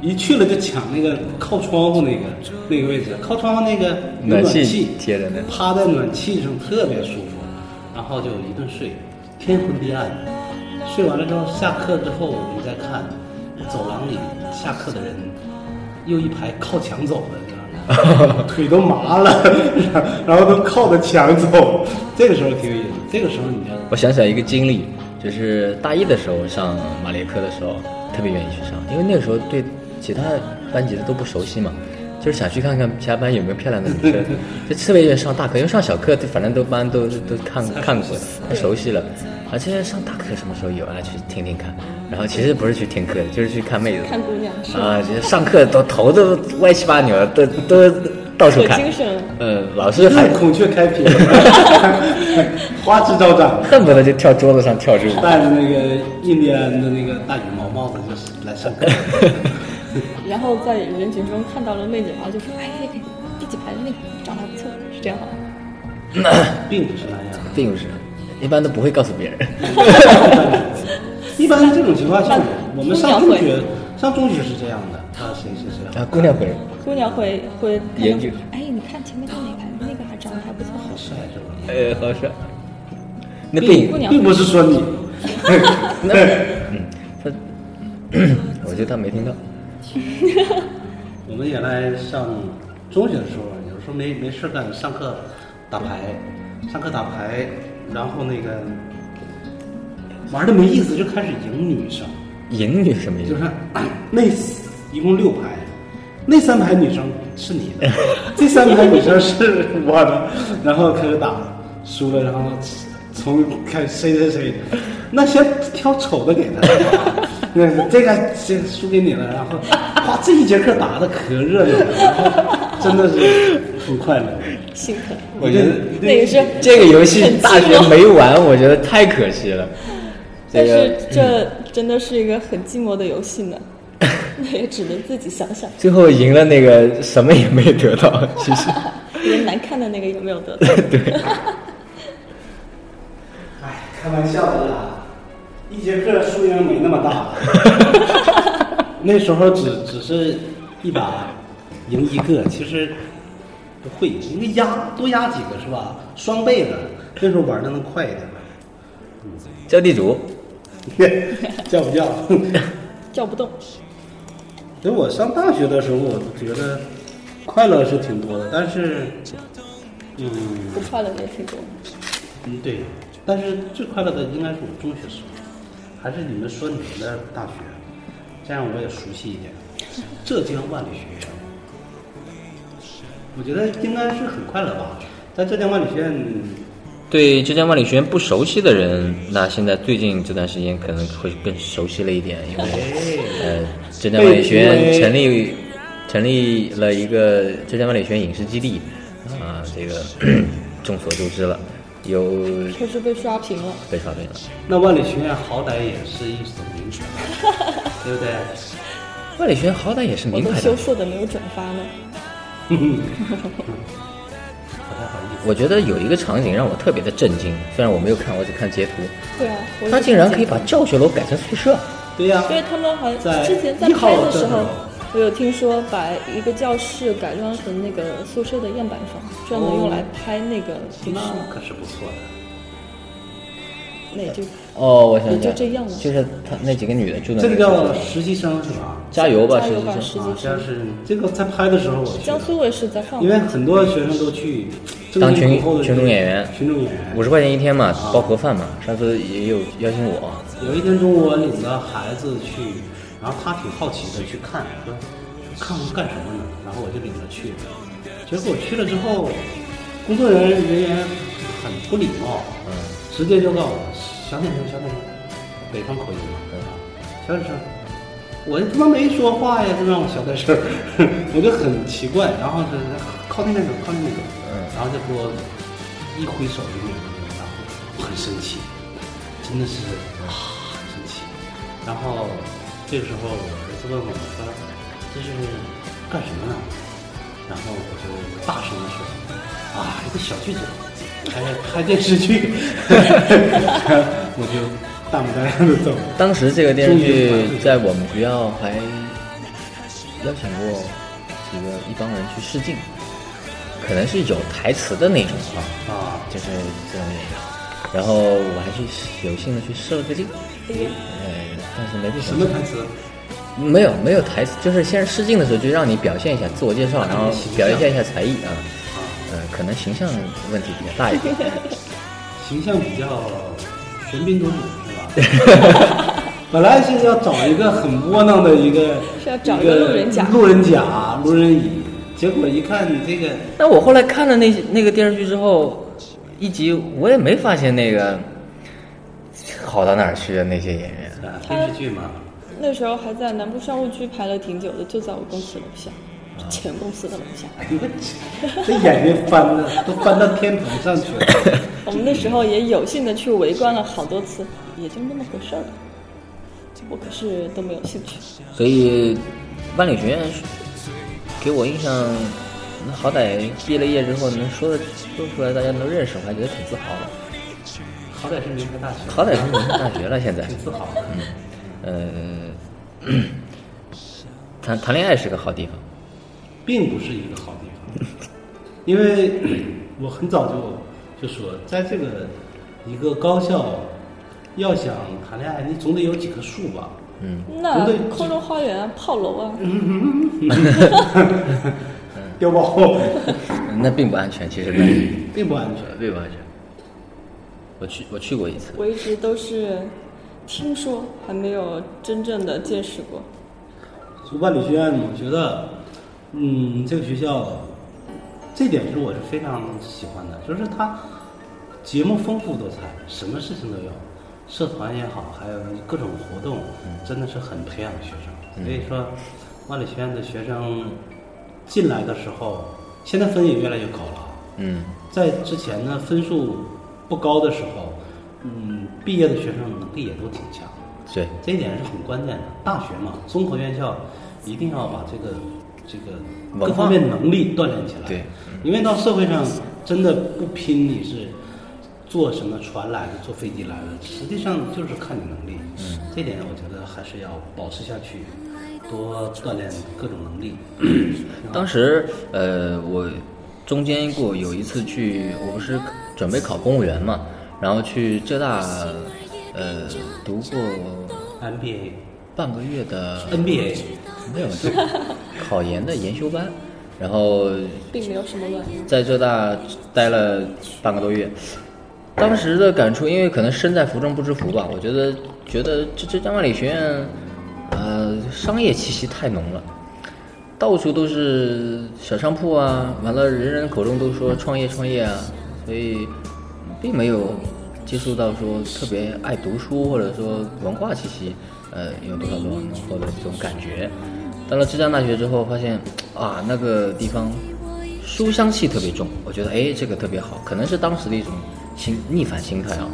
[SPEAKER 6] 一去了就抢那个靠窗户那个那个位置，靠窗户那个有
[SPEAKER 7] 暖气
[SPEAKER 6] 气
[SPEAKER 7] 贴着呢
[SPEAKER 6] 趴在暖气上特别舒服，然后就一顿睡，天昏地暗。睡完了之后，下课之后我们再看，走廊里下课的人又一排靠墙走的，你知道吗腿都麻了， (laughs) 然后都靠着墙走。这个时候挺有意思，这个时候你就
[SPEAKER 7] 我想起来一个经历，就是大一的时候上马列课的时候，特别愿意去上，因为那个时候对其他班级的都不熟悉嘛，就是想去看看其他班有没有漂亮的
[SPEAKER 5] (laughs)
[SPEAKER 7] 女生，就特别愿意上大课，因为上小课就反正都班都都
[SPEAKER 5] (laughs)
[SPEAKER 7] 看看过，太熟悉了。而且上大课什么时候有啊？去听听看。然后其实不是去听课，就是去看妹子。
[SPEAKER 5] 看姑娘是
[SPEAKER 7] 啊，这上课都头都歪七八扭的，都都到处
[SPEAKER 5] 可
[SPEAKER 7] 看。
[SPEAKER 5] 精神了。
[SPEAKER 7] 嗯，老 (laughs) 师还
[SPEAKER 6] 看孔雀开屏， (laughs) 花枝招展。
[SPEAKER 7] 恨不得就跳桌子上跳支舞。
[SPEAKER 6] 戴着那个印第安的那个大羽毛帽子，就是来上
[SPEAKER 7] (laughs)
[SPEAKER 6] 课。
[SPEAKER 5] 然后在人群中看到了妹子，然后就说：“哎，第几排的那个长得还不错，是这样吗？”
[SPEAKER 6] 并不是那样。
[SPEAKER 7] 并不是，一般都不会告诉别
[SPEAKER 6] (laughs)
[SPEAKER 7] 人。
[SPEAKER 6] 一般是这种情况下，我们上
[SPEAKER 5] 姑
[SPEAKER 6] 中
[SPEAKER 5] 娘
[SPEAKER 6] 学，上中学是这样的，啊，谁谁谁
[SPEAKER 7] 啊，姑娘会，
[SPEAKER 5] 姑娘会会看到
[SPEAKER 7] 研究
[SPEAKER 5] 哎，你看前面看哪排那个还长得还不错，
[SPEAKER 6] 好帅是吧？
[SPEAKER 7] 呃，好帅。那
[SPEAKER 5] 姑
[SPEAKER 7] 并
[SPEAKER 5] 娘
[SPEAKER 6] 并不是说你，嗯
[SPEAKER 7] (clears throat) 那，嗯，他，我觉得他没听到。
[SPEAKER 6] 我们原来上中学的时候，有时候没没事干，上课打牌，上课打牌，然后那个玩的没意思，就开始赢女生，
[SPEAKER 7] 赢女什么意
[SPEAKER 6] 就
[SPEAKER 7] 思
[SPEAKER 6] 是？那一共六排，那三排女生是你的，这三排女生是我的，然后开始打，输了，然后从看谁谁谁，那先挑丑的给他， (laughs) 那这个这个输给你了，然后哇，这一节课打的可热烈了，然后真的是很快乐，
[SPEAKER 5] 心疼。
[SPEAKER 7] 我觉得
[SPEAKER 5] 那也是
[SPEAKER 7] 这个游戏
[SPEAKER 5] 很
[SPEAKER 7] 大
[SPEAKER 5] 激
[SPEAKER 7] 学
[SPEAKER 5] 动
[SPEAKER 7] 没玩，我觉得太可惜了。这
[SPEAKER 5] 但
[SPEAKER 7] 个
[SPEAKER 5] 是这真的是一个很寂寞的游戏
[SPEAKER 7] (laughs)
[SPEAKER 5] 呢，那也只能自己想想，
[SPEAKER 7] 最后赢了那个什么也没得
[SPEAKER 6] (laughs)
[SPEAKER 7] 到，其实
[SPEAKER 5] 连难看的那个也没有得到。
[SPEAKER 7] 对。
[SPEAKER 6] 哎，开玩笑的啦，一节课输赢没那么大。那时候只只是一把赢一个，其实不会赢，因为压多压几个是吧？双倍的，那时候玩的能快一点。
[SPEAKER 7] 叫地主，
[SPEAKER 6] 叫不叫？
[SPEAKER 5] 叫不动，
[SPEAKER 6] 所以我上大学的时候，我就觉得快乐是挺多的，但是，嗯
[SPEAKER 5] 不快乐的也挺多。
[SPEAKER 6] 嗯对，但是最快乐的应该是我中学时候，还是你们说你们的大学，这样我也熟悉一点。浙江万里学院，我觉得应该是很快乐吧。在浙江万里学院，
[SPEAKER 7] 对浙江万里学院不熟悉的人，那现在最近这段时间可能会更熟悉了一点，因为
[SPEAKER 6] 哎
[SPEAKER 7] 呃，浙江万里学院成立成立了一个浙江万里学院影视基地，啊、这个 (clears throat) 众所周知了，有
[SPEAKER 5] 可是被刷屏了，
[SPEAKER 7] 被刷屏了。
[SPEAKER 6] 那万里学院好歹也是一所名牌，对不对？
[SPEAKER 7] 万里学院好歹也是
[SPEAKER 5] 我
[SPEAKER 7] 名
[SPEAKER 5] 都
[SPEAKER 7] 牌
[SPEAKER 5] 羞
[SPEAKER 7] 的，
[SPEAKER 5] 涩的没有转发呢。
[SPEAKER 6] 不太好意思。
[SPEAKER 7] 我觉得有一个场景让我特别的震惊，虽然我没有看，我只看截图，
[SPEAKER 5] 对啊，我也
[SPEAKER 7] 他
[SPEAKER 5] 是
[SPEAKER 7] 竟然
[SPEAKER 5] 这
[SPEAKER 7] 可以
[SPEAKER 5] 么
[SPEAKER 7] 把教学楼改成宿舍。
[SPEAKER 6] 对呀、
[SPEAKER 5] 因为他们好像
[SPEAKER 6] 在
[SPEAKER 5] 之前在
[SPEAKER 6] 一号
[SPEAKER 5] 拍的时
[SPEAKER 6] 站
[SPEAKER 5] 候
[SPEAKER 6] 着，
[SPEAKER 5] 我有听说把一个教室改装成那个宿舍的样板房，专门用来拍那个电视
[SPEAKER 6] 那
[SPEAKER 5] 嘛。
[SPEAKER 6] 可是不错的。
[SPEAKER 5] 那也就
[SPEAKER 7] 哦，我想想，
[SPEAKER 5] 也就这样了
[SPEAKER 7] 就是他那几个女的住的
[SPEAKER 6] 这
[SPEAKER 7] 那
[SPEAKER 6] 个
[SPEAKER 7] 个
[SPEAKER 6] 叫
[SPEAKER 7] 宿舍
[SPEAKER 6] 实习生是吧？
[SPEAKER 7] 加油吧，
[SPEAKER 5] 加
[SPEAKER 7] 实
[SPEAKER 5] 油吧
[SPEAKER 7] 习
[SPEAKER 5] 实
[SPEAKER 7] 生。
[SPEAKER 5] 习
[SPEAKER 6] 啊
[SPEAKER 5] 生，
[SPEAKER 6] 像是这个在拍的时候我去了，
[SPEAKER 5] 江苏卫视在放
[SPEAKER 6] 因。为很多学生都去争
[SPEAKER 7] 当
[SPEAKER 6] 先
[SPEAKER 7] 群
[SPEAKER 6] 恐后的
[SPEAKER 7] 群众演员
[SPEAKER 6] 群众演员。
[SPEAKER 7] 五十块钱一天嘛，
[SPEAKER 5] 啊
[SPEAKER 7] 包盒饭嘛。上次也有邀请我，
[SPEAKER 6] 有一天中午，我领着孩子去，然后他挺好奇的去看，说看看干什么呢？然后我就领着去了。结果去了之后，工作人员人员很不礼貌，
[SPEAKER 7] 嗯，
[SPEAKER 6] 直接就告诉我小点声，小点声，北方口音嘛，对吧小点声。我他妈没说话呀，就让我小点声， (laughs) 我就很奇怪。然后就是靠近那个，靠近那个，
[SPEAKER 7] 嗯
[SPEAKER 6] 然后就给我一挥手就那个，然后我很生气，真的是啊，很生气。然后这个时候我儿子问我说：“这是干什么呢？”然后我就大声的说：“啊，一个小剧组，拍拍电视剧。” (laughs) 我就大模大样的走了。
[SPEAKER 7] 当时这个电视剧在我们学校还邀请过几个一帮人去试镜，可能是有台词的那种啊，
[SPEAKER 6] 啊，
[SPEAKER 7] 就是这种演员。然后我还去有幸的去试了个镜，呃，但是没被选
[SPEAKER 6] 什
[SPEAKER 7] 上
[SPEAKER 6] 么台词？
[SPEAKER 7] 没有没有台词，就是先试镜的时候就让你表现一下自我介绍，然后表现一下才艺啊。呃，可能形象问题比较大一点。
[SPEAKER 6] 形象比较喧宾夺主是吧？ (laughs) 本来是要找一个很窝囊的一个，
[SPEAKER 5] 是要找一个路人甲
[SPEAKER 6] 路人甲、路人乙，结果一看你这个，
[SPEAKER 7] 但我后来看了那那个电视剧之后，一集我也没发现那个好到哪儿去的那些演员。
[SPEAKER 6] 啊，电视剧嘛，
[SPEAKER 5] 那时候还在南部商务区排了挺久的，就在我公司楼下， (laughs) 前公司的楼下。
[SPEAKER 6] 哎呦我去，这眼睛翻的都翻到天棚上去了。
[SPEAKER 5] 我们那时候也有幸的去围观了好多次，也就那么回事儿了。我可是都没有兴趣。
[SPEAKER 7] 所以万里学院给我印象，那好歹毕了业之后能说的说出来，大家能认识，我还觉得挺自豪的。
[SPEAKER 6] 好歹是名牌大学，
[SPEAKER 7] 好歹是名牌大学了，现在。
[SPEAKER 6] 挺自豪的。
[SPEAKER 7] 呃， (clears throat) 谈谈恋爱是个好地方。
[SPEAKER 6] 并不是一个好地方，因为我很早就就说，在这个一个高校，要想谈恋爱，你总得有几棵树吧， (laughs)
[SPEAKER 7] 嗯，
[SPEAKER 5] 那
[SPEAKER 6] 对
[SPEAKER 5] 空中花园啊，炮楼啊，
[SPEAKER 6] 碉堡
[SPEAKER 7] 那并不安全，其实那里
[SPEAKER 6] 并不安全。
[SPEAKER 7] 呃并不安全。我去我去过一次，
[SPEAKER 5] 我一直都是听说，还没有真正的见识过。
[SPEAKER 6] 万里学院，我觉得，嗯，这个学校，这点是我是非常喜欢的，就是它节目丰富多彩，什么事情都有，社团也好，还有各种活动，真的是很培养学生。所以说，万里学院的学生进来的时候，现在分也越来越高了。
[SPEAKER 7] 嗯，
[SPEAKER 6] 在之前呢，分数不高的时候，嗯，毕业的学生能力也都挺强。
[SPEAKER 7] 对，
[SPEAKER 6] 这一点是很关键的。大学嘛，综合院校一定要把这个这个各方面能力锻炼起来。
[SPEAKER 7] 对，
[SPEAKER 6] 因为到社会上真的不拼你是坐什么船来的，坐飞机来的，实际上就是看你能力。嗯，这点我觉得还是要保持下去，多锻炼各种能力。
[SPEAKER 7] 当时呃，我中间过有一次去，我不是准备考公务员嘛，然后去浙大呃读过
[SPEAKER 6] MBA、
[SPEAKER 7] 半个月的
[SPEAKER 6] NBA
[SPEAKER 7] 没有就考研的研修班，然后
[SPEAKER 5] 并没有什么卵用。
[SPEAKER 7] 在浙大待了半个多月。当时的感触，因为可能身在福中不知福吧，我觉得觉得这浙江万里学院，呃，商业气息太浓了，到处都是小商铺啊，完了人人口中都说创业创业啊，所以并没有接触到说特别爱读书或者说文化气息，呃，有多少多少浓厚的这种感觉。到了浙江大学之后，发现啊，那个地方书香气特别重，我觉得哎，这个特别好，可能是当时的一种心逆反心态啊。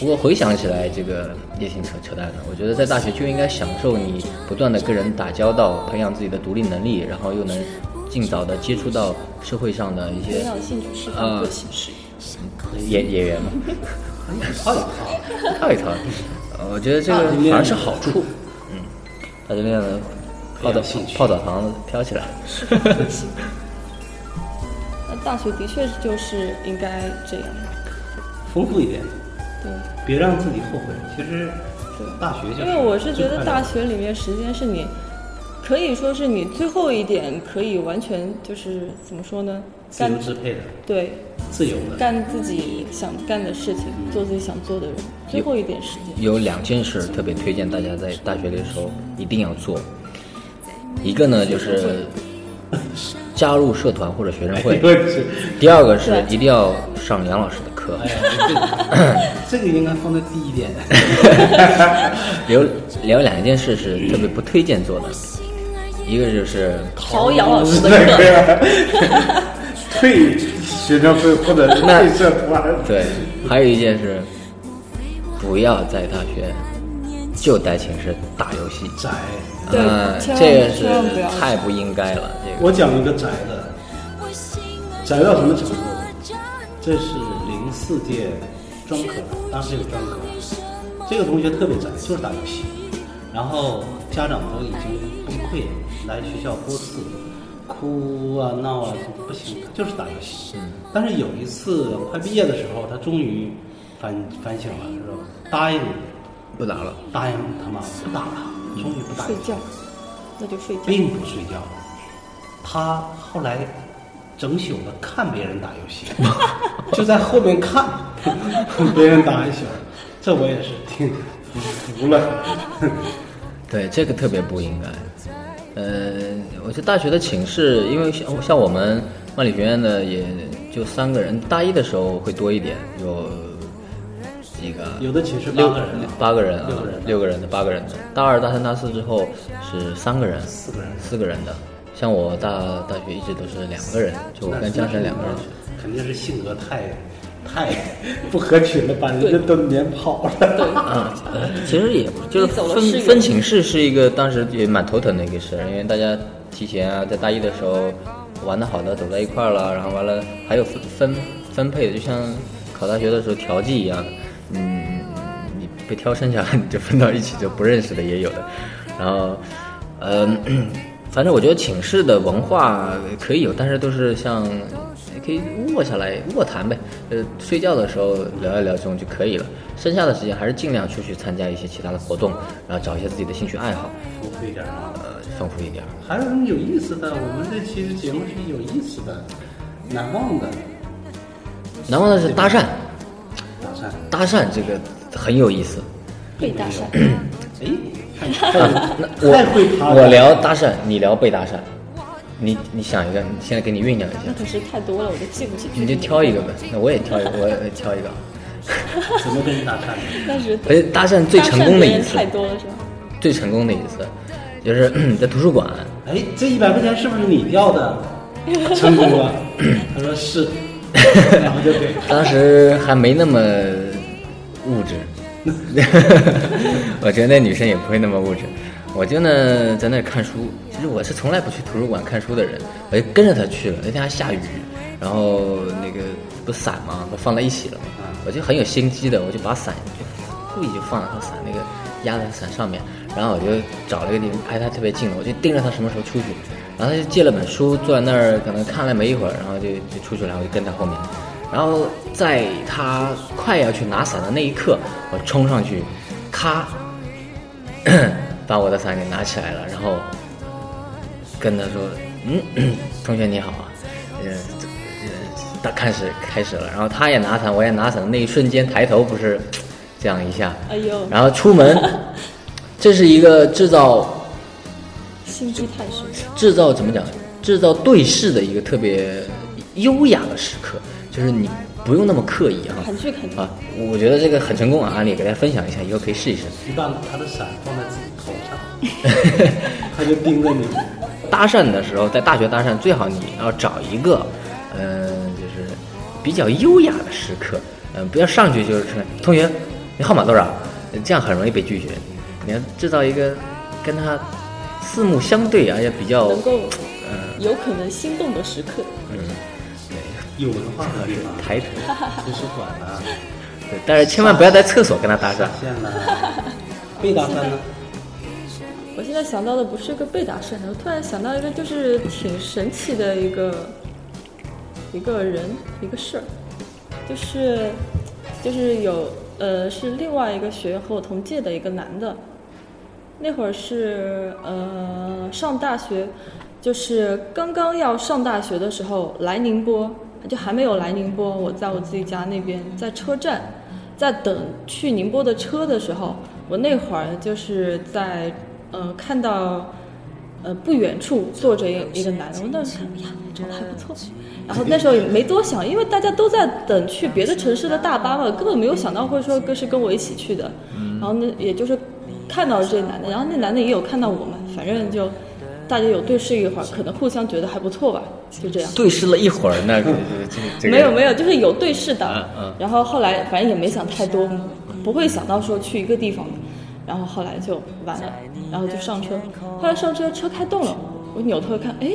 [SPEAKER 7] 不过回想起来，这个也挺扯扯淡的。我觉得在大学就应该享受你不断的跟人打交道，培养自己的独立能力，然后又能尽早的接触到社会上的一
[SPEAKER 5] 营
[SPEAKER 7] 些
[SPEAKER 5] 养性是否
[SPEAKER 7] 呃
[SPEAKER 5] 可行使？
[SPEAKER 7] 演演员嘛，
[SPEAKER 6] 套一套，
[SPEAKER 7] 套一套。呃我觉得这个反而是好处。嗯，大金链子泡澡
[SPEAKER 6] 培养兴趣
[SPEAKER 7] 泡澡堂飘起来。
[SPEAKER 5] 那大学的确就是应该这样，
[SPEAKER 6] 丰富一点，
[SPEAKER 5] 对。
[SPEAKER 6] 别让自己后悔。其实
[SPEAKER 5] 对
[SPEAKER 6] 大学就
[SPEAKER 5] 因
[SPEAKER 6] 是
[SPEAKER 5] 为我是觉得大
[SPEAKER 6] 学
[SPEAKER 5] 学里面时间是你，可以说是你最后一点可以完全就是怎么说呢？
[SPEAKER 6] 自嗯由
[SPEAKER 5] 干
[SPEAKER 6] 支配的、
[SPEAKER 5] 对，
[SPEAKER 6] 自由的。
[SPEAKER 5] 干自己想干的事情，做自己想做的人，最后一点时间。
[SPEAKER 7] 有两件事特别推荐大家在大学的时候一定要做，一个呢就是加入社团或者学生
[SPEAKER 6] (laughs)
[SPEAKER 7] 会，
[SPEAKER 6] 对。
[SPEAKER 7] 第二个是
[SPEAKER 5] 对
[SPEAKER 7] 一定要上杨老师的课
[SPEAKER 6] 哎。呀，这个这个应该放在第一点。
[SPEAKER 7] 有有两件事是特别不推荐做的，一个就是
[SPEAKER 5] 陶阳老师的课，
[SPEAKER 8] (laughs) 退学生会或者是退社团，
[SPEAKER 7] 对，还有一件是不要在大学就待寝室打游戏，
[SPEAKER 6] 宅，
[SPEAKER 5] 对
[SPEAKER 7] 嗯，
[SPEAKER 5] 千万
[SPEAKER 7] 这个是
[SPEAKER 5] 千万不要
[SPEAKER 7] 太不应该了，这个。
[SPEAKER 6] 我讲一个宅的，宅到什么程度？这是零四届专科，当时有专科，这个同学特别宅，就是打游戏，然后家长都已经崩溃了，来学校多次。哭啊闹啊不行，就是打游戏。但是有一次快毕业的时候，他终于反反省了，说答应
[SPEAKER 7] 不打了，
[SPEAKER 6] 答应他妈不打了，终于不打
[SPEAKER 5] 睡
[SPEAKER 6] 游戏
[SPEAKER 5] 觉，那就睡觉。
[SPEAKER 6] 并不睡觉。他后来整宿的看别人打游
[SPEAKER 5] (laughs)
[SPEAKER 6] 戏，就在后面看别人打一宿。这我也是挺服了。
[SPEAKER 7] 对，这个特别不应该。呃，我觉得大学的寝室，因为像像我们万里学院的也就三个人，大一的时候会多一点，有几个
[SPEAKER 6] 有的寝室八
[SPEAKER 7] 六
[SPEAKER 6] 个人，
[SPEAKER 7] 八个人啊
[SPEAKER 6] 六个人，
[SPEAKER 7] 六个人的八个人的。大二、大三、大四之后是三个人，
[SPEAKER 6] 四个人
[SPEAKER 7] 四个人的。像我大大学一直都是两个人，就我跟江晨两个人去。
[SPEAKER 6] (laughs) 肯定是性格太太不合群了，把人家都撵跑了。
[SPEAKER 7] 啊，其实也不就是
[SPEAKER 5] 你走了
[SPEAKER 7] 分
[SPEAKER 5] 是有
[SPEAKER 7] 分寝室是一个当时也蛮头疼的一个事儿，因为大家提前啊，在大一的时候玩的好的走在一块儿了，然后完了还有分分分配的，就像考大学的时候调剂一样，嗯，你被挑剩下来 (laughs) 你就分到一起，就不认识的也有的，然后， (clears throat) 嗯、反正我觉得寝室的文化可以有，但是都是像可以卧下来卧谈呗，呃，睡觉的时候聊一聊这种就可以了。剩下的时间还是尽量出去参加一些其他的活动，然后找一些自己的兴趣爱好，
[SPEAKER 6] 丰富一点啊。
[SPEAKER 7] 呃，丰富一点。
[SPEAKER 6] (laughs) 还有什么有意思的？我们这期节目是有意思的，难忘的
[SPEAKER 7] 难忘的是搭讪，
[SPEAKER 6] 搭讪。
[SPEAKER 7] 搭讪这个很有意思。
[SPEAKER 5] 被搭讪，
[SPEAKER 6] 哎，太
[SPEAKER 7] (laughs) 我
[SPEAKER 6] 太会爬了。
[SPEAKER 7] 我聊搭讪，你聊被搭讪，你你想一个，你现在给你酝酿一下
[SPEAKER 5] 那，可是太多了，我都记不起。
[SPEAKER 7] 你就挑一个呗。那我也挑一个，我也挑一个。啊
[SPEAKER 6] 怎么跟人搭讪的？
[SPEAKER 5] 但是
[SPEAKER 7] 而且搭讪最成功的
[SPEAKER 5] 搭讪别
[SPEAKER 7] 一
[SPEAKER 5] 人
[SPEAKER 7] 次，
[SPEAKER 5] 太多了是吧？
[SPEAKER 7] 最成功的一次，就是 (clears throat) 在图书馆，
[SPEAKER 6] 哎，这一百块钱是不是你掉的？成功了。他说是，然后就给。
[SPEAKER 7] 当时还没那么物质， (laughs) 我觉得那女生也不会那么物质。我就呢在那儿看书，其实我是从来不去图书馆看书的人，我就跟着她去了。那天还下雨，然后那个不伞嘛，不放在一起了嘛，我就很有心机的，我就把伞就故意就放在她伞那个压在伞上面，然后我就找了一个地方挨她特别近了，我就盯着她什么时候出去。然后她就借了本书，坐在那儿可能看了没一会儿，然后就就出去了，我就跟在后面。然后在他快要去拿伞的那一刻，我冲上去，咔，把我的伞给拿起来了，然后跟他说：“嗯，同学你好啊。”呃，这呃，他开始开始了，然后他也拿伞，我也拿伞的那一瞬间，抬头不是这样一下，
[SPEAKER 5] 哎呦，
[SPEAKER 7] 然后
[SPEAKER 5] (laughs)
[SPEAKER 7] 出门，这是一个制造
[SPEAKER 5] 心机太深，
[SPEAKER 7] 制造怎么讲？制造对视的一个特别优雅的时刻，就是你不用那么刻意啊。
[SPEAKER 5] 韩剧肯定
[SPEAKER 7] 啊，我觉得这个很成功啊，案例给大家分享一下，以后可以试一试。
[SPEAKER 6] 你把他的伞放在自己头上，
[SPEAKER 7] (laughs)
[SPEAKER 6] 他就盯着你。
[SPEAKER 7] 搭讪的时候，在大学搭讪，最好你要找一个，嗯、就是比较优雅的时刻，嗯、不要上去就是说同学，你号码多少？这样很容易被拒绝。你要制造一个跟他四目相对，而且比较
[SPEAKER 5] 能够
[SPEAKER 7] 嗯
[SPEAKER 5] 有可能心动的时刻，
[SPEAKER 6] 有文化的地方，
[SPEAKER 7] 抬头，
[SPEAKER 6] 图书馆
[SPEAKER 7] (laughs)
[SPEAKER 6] 啊，
[SPEAKER 7] 对但是千万不要在厕所跟他搭讪。
[SPEAKER 6] 见了。啊
[SPEAKER 7] (laughs)
[SPEAKER 6] 被搭讪呢？
[SPEAKER 5] 我现在想到的不是个被打讪的，我突然想到一个就是挺神奇的一个一个人一个事儿，就是就是有呃是另外一个学院和我同届的一个男的，那会儿是呃上大学，就是刚刚要上大学的时候来宁波，就还没有来宁波，我在我自己家那边在车站，在等去宁波的车的时候，我那会儿就是在呃看到。呃，不远处坐着一个一个男的，我当时看，哎呀，长得还不错。然后那时候也没多想，因为大家都在等去别的城市的大巴嘛，根本没有想到会说跟是跟我一起去的。然后那也就是看到了这男的，然后那男的也有看到我们，反正就大家有对视一会儿，可能互相觉得还不错吧，就这样。
[SPEAKER 7] 对视了一会儿，那这这这个
[SPEAKER 5] 没有没有，就是有对视的。
[SPEAKER 7] 嗯嗯
[SPEAKER 5] 然后后来反正也没想太多，不会想到说去一个地方的。然后后来就完了，然后就上车。后来上车，车开动了，我扭头一看，哎，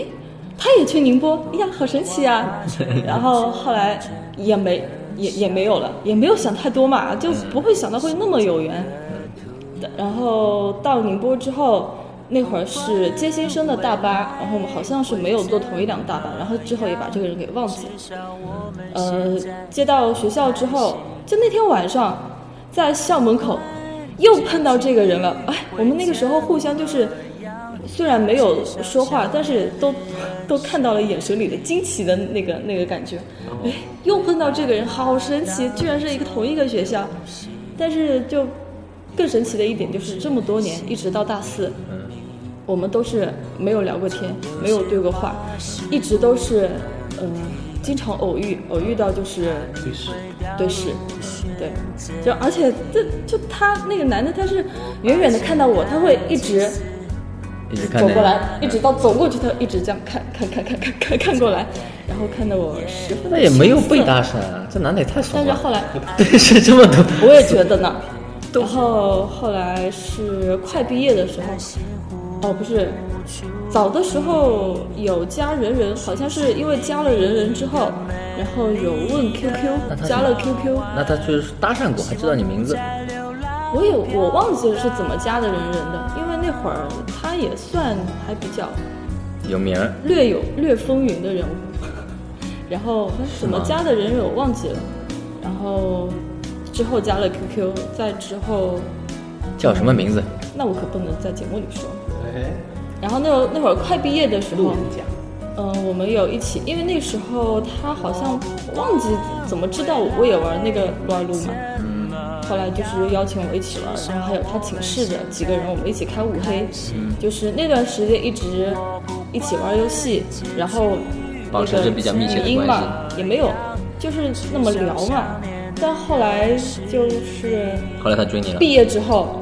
[SPEAKER 5] 他也去宁波，哎呀，好神奇
[SPEAKER 7] (laughs)
[SPEAKER 5] 啊！然后后来也没也也没有了，也没有想太多嘛，就不会想到会那么有缘。
[SPEAKER 7] 嗯
[SPEAKER 5] 然后到宁波之后，那会儿是接新生的大巴，然后我们好像是没有坐同一辆大巴，然后之后也把这个人给忘记了。呃，接到学校之后，就那天晚上，在校门口又碰到这个人了。哎，我们那个时候互相就是，虽然没有说话，但是都都看到了眼神里的惊奇的那个那个感觉。哎，又碰到这个人，好神奇，居然是一个同一个学校。但是就更神奇的一点就是，这么多年一直到大四，我们都是没有聊过天，没有对过话，一直都是，呃，经常偶遇，偶遇到就是
[SPEAKER 6] 对视。
[SPEAKER 5] 对视，对，就而且这就他那个男的，他是远远的看到我，他会一直
[SPEAKER 7] 一直看
[SPEAKER 5] 走
[SPEAKER 7] 那
[SPEAKER 5] 过
[SPEAKER 7] 个
[SPEAKER 5] 来，一直到走过去，他一直这样看看看看看看看过来，然后看得我十分
[SPEAKER 7] 那
[SPEAKER 5] 的
[SPEAKER 7] 也没有
[SPEAKER 5] 心
[SPEAKER 7] 被
[SPEAKER 5] 塞
[SPEAKER 7] 搭讪啊，这男的也太怂
[SPEAKER 5] 但是
[SPEAKER 7] 了。
[SPEAKER 5] (laughs) 后来
[SPEAKER 7] 对，
[SPEAKER 1] (laughs)
[SPEAKER 7] 是这么多。
[SPEAKER 5] 我也觉得呢。然后后来是快毕业的时候，哦不是，早的时候有加人人，好像是因为加了人人之后，然后有问
[SPEAKER 7] 那他
[SPEAKER 5] QQ，
[SPEAKER 7] 是
[SPEAKER 5] 加了 QQ，
[SPEAKER 7] 那他就是搭讪过，还知道你名字，
[SPEAKER 5] 我也我忘记了是怎么加的人人的，因为那会儿他也算还比较
[SPEAKER 7] 有名儿。
[SPEAKER 5] 略有略风云的人物。然后怎么加的人我忘记了，然后之后加了 QQ，再之后
[SPEAKER 1] 叫什么名字？
[SPEAKER 5] 那我可不能在节目里说。
[SPEAKER 6] 哎，
[SPEAKER 5] 然后那会儿那会儿快毕业的时
[SPEAKER 6] 路
[SPEAKER 5] 候
[SPEAKER 6] 人，甲，
[SPEAKER 5] 嗯、我们有一起，因为那时候他好像忘记怎么知道我也玩那个撸啊撸嘛，后来就是邀请我一起玩，然后还有他寝室的几个人，我们一起开五黑，
[SPEAKER 1] 嗯
[SPEAKER 5] 就是那段时间一直一起玩游戏，然后那
[SPEAKER 1] 保持着
[SPEAKER 5] 个
[SPEAKER 1] 比较密切的
[SPEAKER 5] 语音
[SPEAKER 1] 关系
[SPEAKER 5] 嘛也没有，就是那么聊嘛，但后来就是
[SPEAKER 1] 后来他追你了，
[SPEAKER 5] 毕业之后，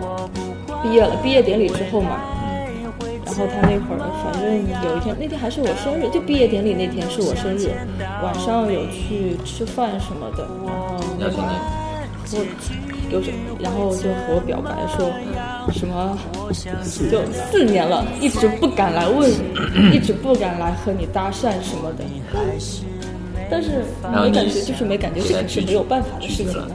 [SPEAKER 5] 毕业了，毕业典礼之后嘛，然后他那会儿反正有一天，那天还是我生日，就毕业典礼那天是我生日，晚上有去吃饭什么的，然后那
[SPEAKER 1] 邀请
[SPEAKER 5] 会
[SPEAKER 1] 你
[SPEAKER 5] 儿。我有时，然后就和我表白说，什么就四年了，一直不敢来问你，一直不敢来和你搭讪什么的，但是
[SPEAKER 1] 然后
[SPEAKER 5] 没
[SPEAKER 1] 你
[SPEAKER 5] 感觉就是没感觉，这
[SPEAKER 1] 给他
[SPEAKER 5] 个
[SPEAKER 1] 拒
[SPEAKER 5] 是
[SPEAKER 1] 绝
[SPEAKER 5] 没有办法的事情
[SPEAKER 1] 拒绝了
[SPEAKER 5] 了。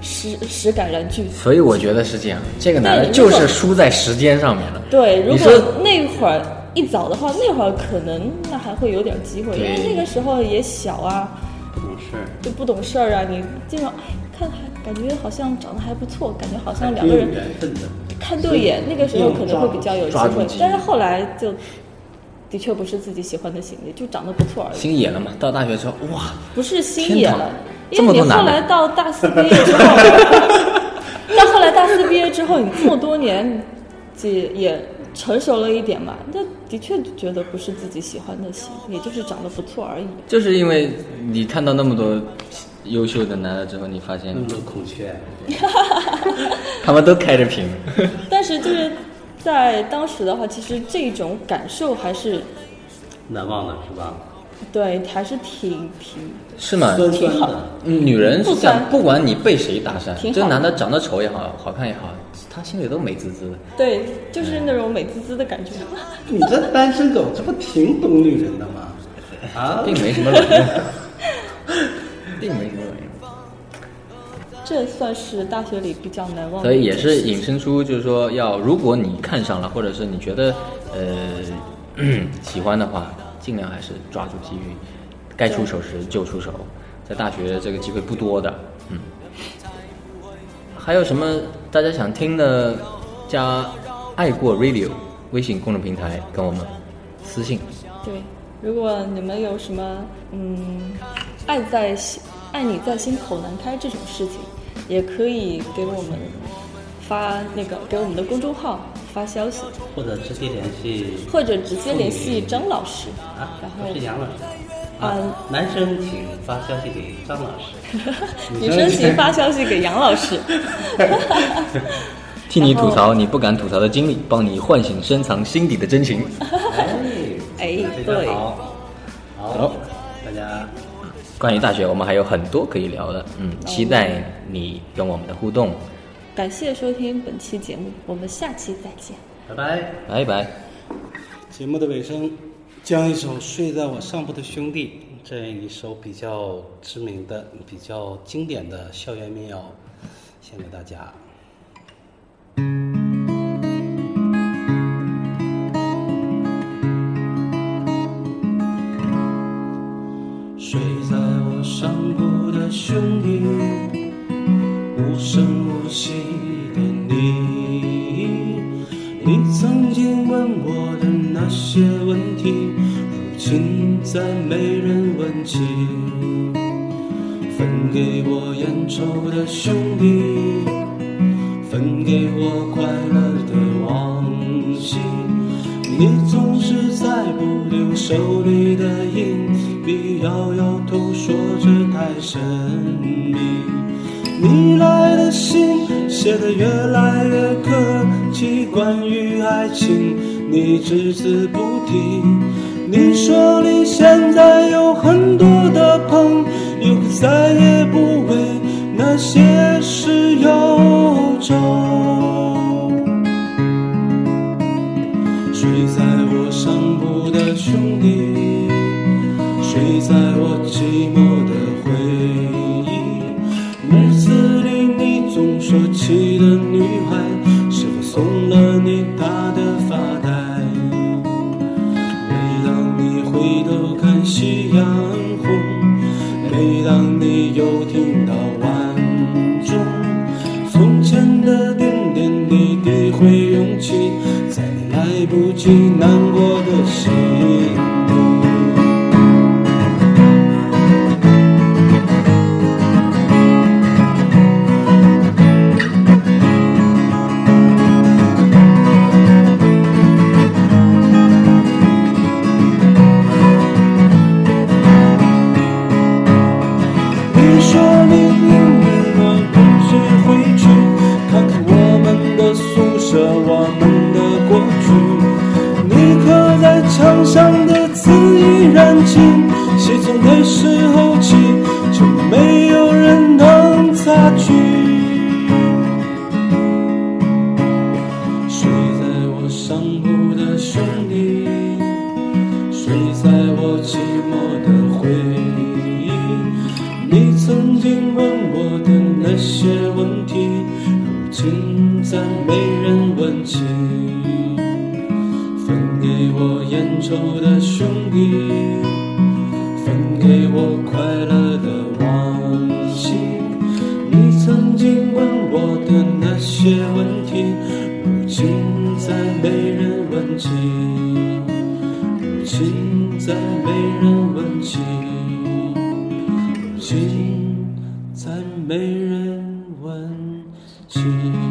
[SPEAKER 5] 实实感然拒绝。
[SPEAKER 1] 所以我觉得是这样，这个男
[SPEAKER 5] 对
[SPEAKER 1] 的
[SPEAKER 5] 如
[SPEAKER 1] 就
[SPEAKER 5] 果
[SPEAKER 1] 是输在时间上面了。
[SPEAKER 5] 对，如
[SPEAKER 1] 你
[SPEAKER 5] 果
[SPEAKER 1] 说
[SPEAKER 5] 那会儿一早的话，那会儿可能那还会有点机会，因为
[SPEAKER 1] 对
[SPEAKER 5] 那个时候也小啊，
[SPEAKER 9] 不懂事儿，
[SPEAKER 5] 就不懂事儿啊，你经常哎看还感觉好像长得还不错，感觉好像两个人
[SPEAKER 6] 挺有缘分的。
[SPEAKER 5] 看对眼，那个时候可能会比较有机
[SPEAKER 1] 抓住
[SPEAKER 5] 会
[SPEAKER 1] 机，遇
[SPEAKER 5] 但是后来就。的确不是自己喜欢的型的，就长得不错而已，
[SPEAKER 1] 星野了嘛？到大学之后，哇，
[SPEAKER 5] 不是心野
[SPEAKER 1] 天
[SPEAKER 5] 了
[SPEAKER 1] 堂。这
[SPEAKER 5] 因
[SPEAKER 1] 么
[SPEAKER 5] 为
[SPEAKER 1] 多
[SPEAKER 5] 你
[SPEAKER 1] 男
[SPEAKER 5] 后
[SPEAKER 1] 的
[SPEAKER 5] 来到大四毕业之后， (laughs) 到后来大四毕业之后，你这么多年也也成熟了一点嘛，那的确觉得不是自己喜欢的型，也就是长得不错而已。
[SPEAKER 1] 就是因为你看到那么多优秀的男的之后，你发现
[SPEAKER 5] 嗯
[SPEAKER 6] 那么多孔雀，
[SPEAKER 1] 他们都开着屏，
[SPEAKER 5] 但是就是在当时的话，其实这种感受还是
[SPEAKER 6] 难忘的是吧？
[SPEAKER 5] 对，还是挺挺
[SPEAKER 1] 是吗？
[SPEAKER 6] 酸酸的，
[SPEAKER 1] 嗯女人是这样，
[SPEAKER 5] 不酸
[SPEAKER 1] 不管你被谁搭讪，
[SPEAKER 5] 挺好
[SPEAKER 1] 这男的长得丑也好，好看也好，他心里都美滋滋的。
[SPEAKER 5] 对，就是那种美滋滋的感觉。
[SPEAKER 6] 你这单身狗，这不挺懂女人的吗？
[SPEAKER 7] (laughs)
[SPEAKER 6] 啊，
[SPEAKER 1] 并没什么卵用，
[SPEAKER 5] (laughs)
[SPEAKER 1] 并没什么卵用。
[SPEAKER 5] 这算是大学里比较难忘的
[SPEAKER 1] 所
[SPEAKER 5] 一
[SPEAKER 1] 以也
[SPEAKER 5] 件事情，
[SPEAKER 1] 是引申出，就是说要，如果你看上了，或者是你觉得呃喜欢的话，尽量还是抓住机遇，该出手时就出手。在大学这个机会不多的，嗯。还有什么大家想听的？加爱过 Radio 微信公众平台跟我们私信。
[SPEAKER 5] 对。如果你们有什么嗯，爱在心爱你在心口难开这种事情，也可以给我们发那个给我们的公众号发消息，
[SPEAKER 6] 或者直接联系
[SPEAKER 5] 或者直接联系张
[SPEAKER 1] (laughs)
[SPEAKER 5] 老师。
[SPEAKER 6] 啊
[SPEAKER 5] 然，后
[SPEAKER 6] 不是杨老师。
[SPEAKER 5] 嗯
[SPEAKER 6] 啊，男生请发消息给张老师。
[SPEAKER 5] 女生请发消息给杨老师。
[SPEAKER 1] (laughs) 替你
[SPEAKER 5] (laughs)
[SPEAKER 1] 吐槽你不敢吐槽的经历，帮你唤醒深藏心底的真情。
[SPEAKER 5] (laughs) 哎
[SPEAKER 6] 非常
[SPEAKER 5] 对
[SPEAKER 6] 好，好
[SPEAKER 1] 好，
[SPEAKER 6] 大家
[SPEAKER 1] 关于大学，我们还有很多可以聊的，嗯，期待你跟我们的互动，
[SPEAKER 5] 感谢收听本期节目，我们下期再见。
[SPEAKER 6] 拜拜。
[SPEAKER 1] 拜拜。
[SPEAKER 6] 节目的尾声，将一首《睡在我上铺的兄弟》这样一首比较知名的、比较经典的校园民谣献给大家。睡在我上铺的兄弟，无声无息的你，你曾经问我的那些问题，如今再没人问起。分给我烟抽的兄弟，分给我快乐的往昔。你总是在不停手里的硬币摇摇头，说这太神秘。你来的信写的越来越客气，关于爱情你只字不提。你说你现在有很多的朋友，可再也不为那些事忧愁。睡在我上铺的兄弟，睡在我寂寞的回忆。日子里你总说起的女孩，是否送了你她的发带？每当你回头看夕阳。
[SPEAKER 10] 里又听到晚钟，从前的点点滴滴会涌起，在你来不及难过的心底。你说你因为我不知回去，看看我们的宿舍，我们的过去。你刻在墙上的字依然清，写从那时候起，就没有人能擦去。睡在我上铺的兄弟，睡在我寂寞的回忆。你曾经问我的那些问题，如今再没人问起。分给我烟抽的兄弟，分给我快乐的往昔。你曾经问我的那些问题，如今再没人问起。如今再没人问起。如今再没人问起。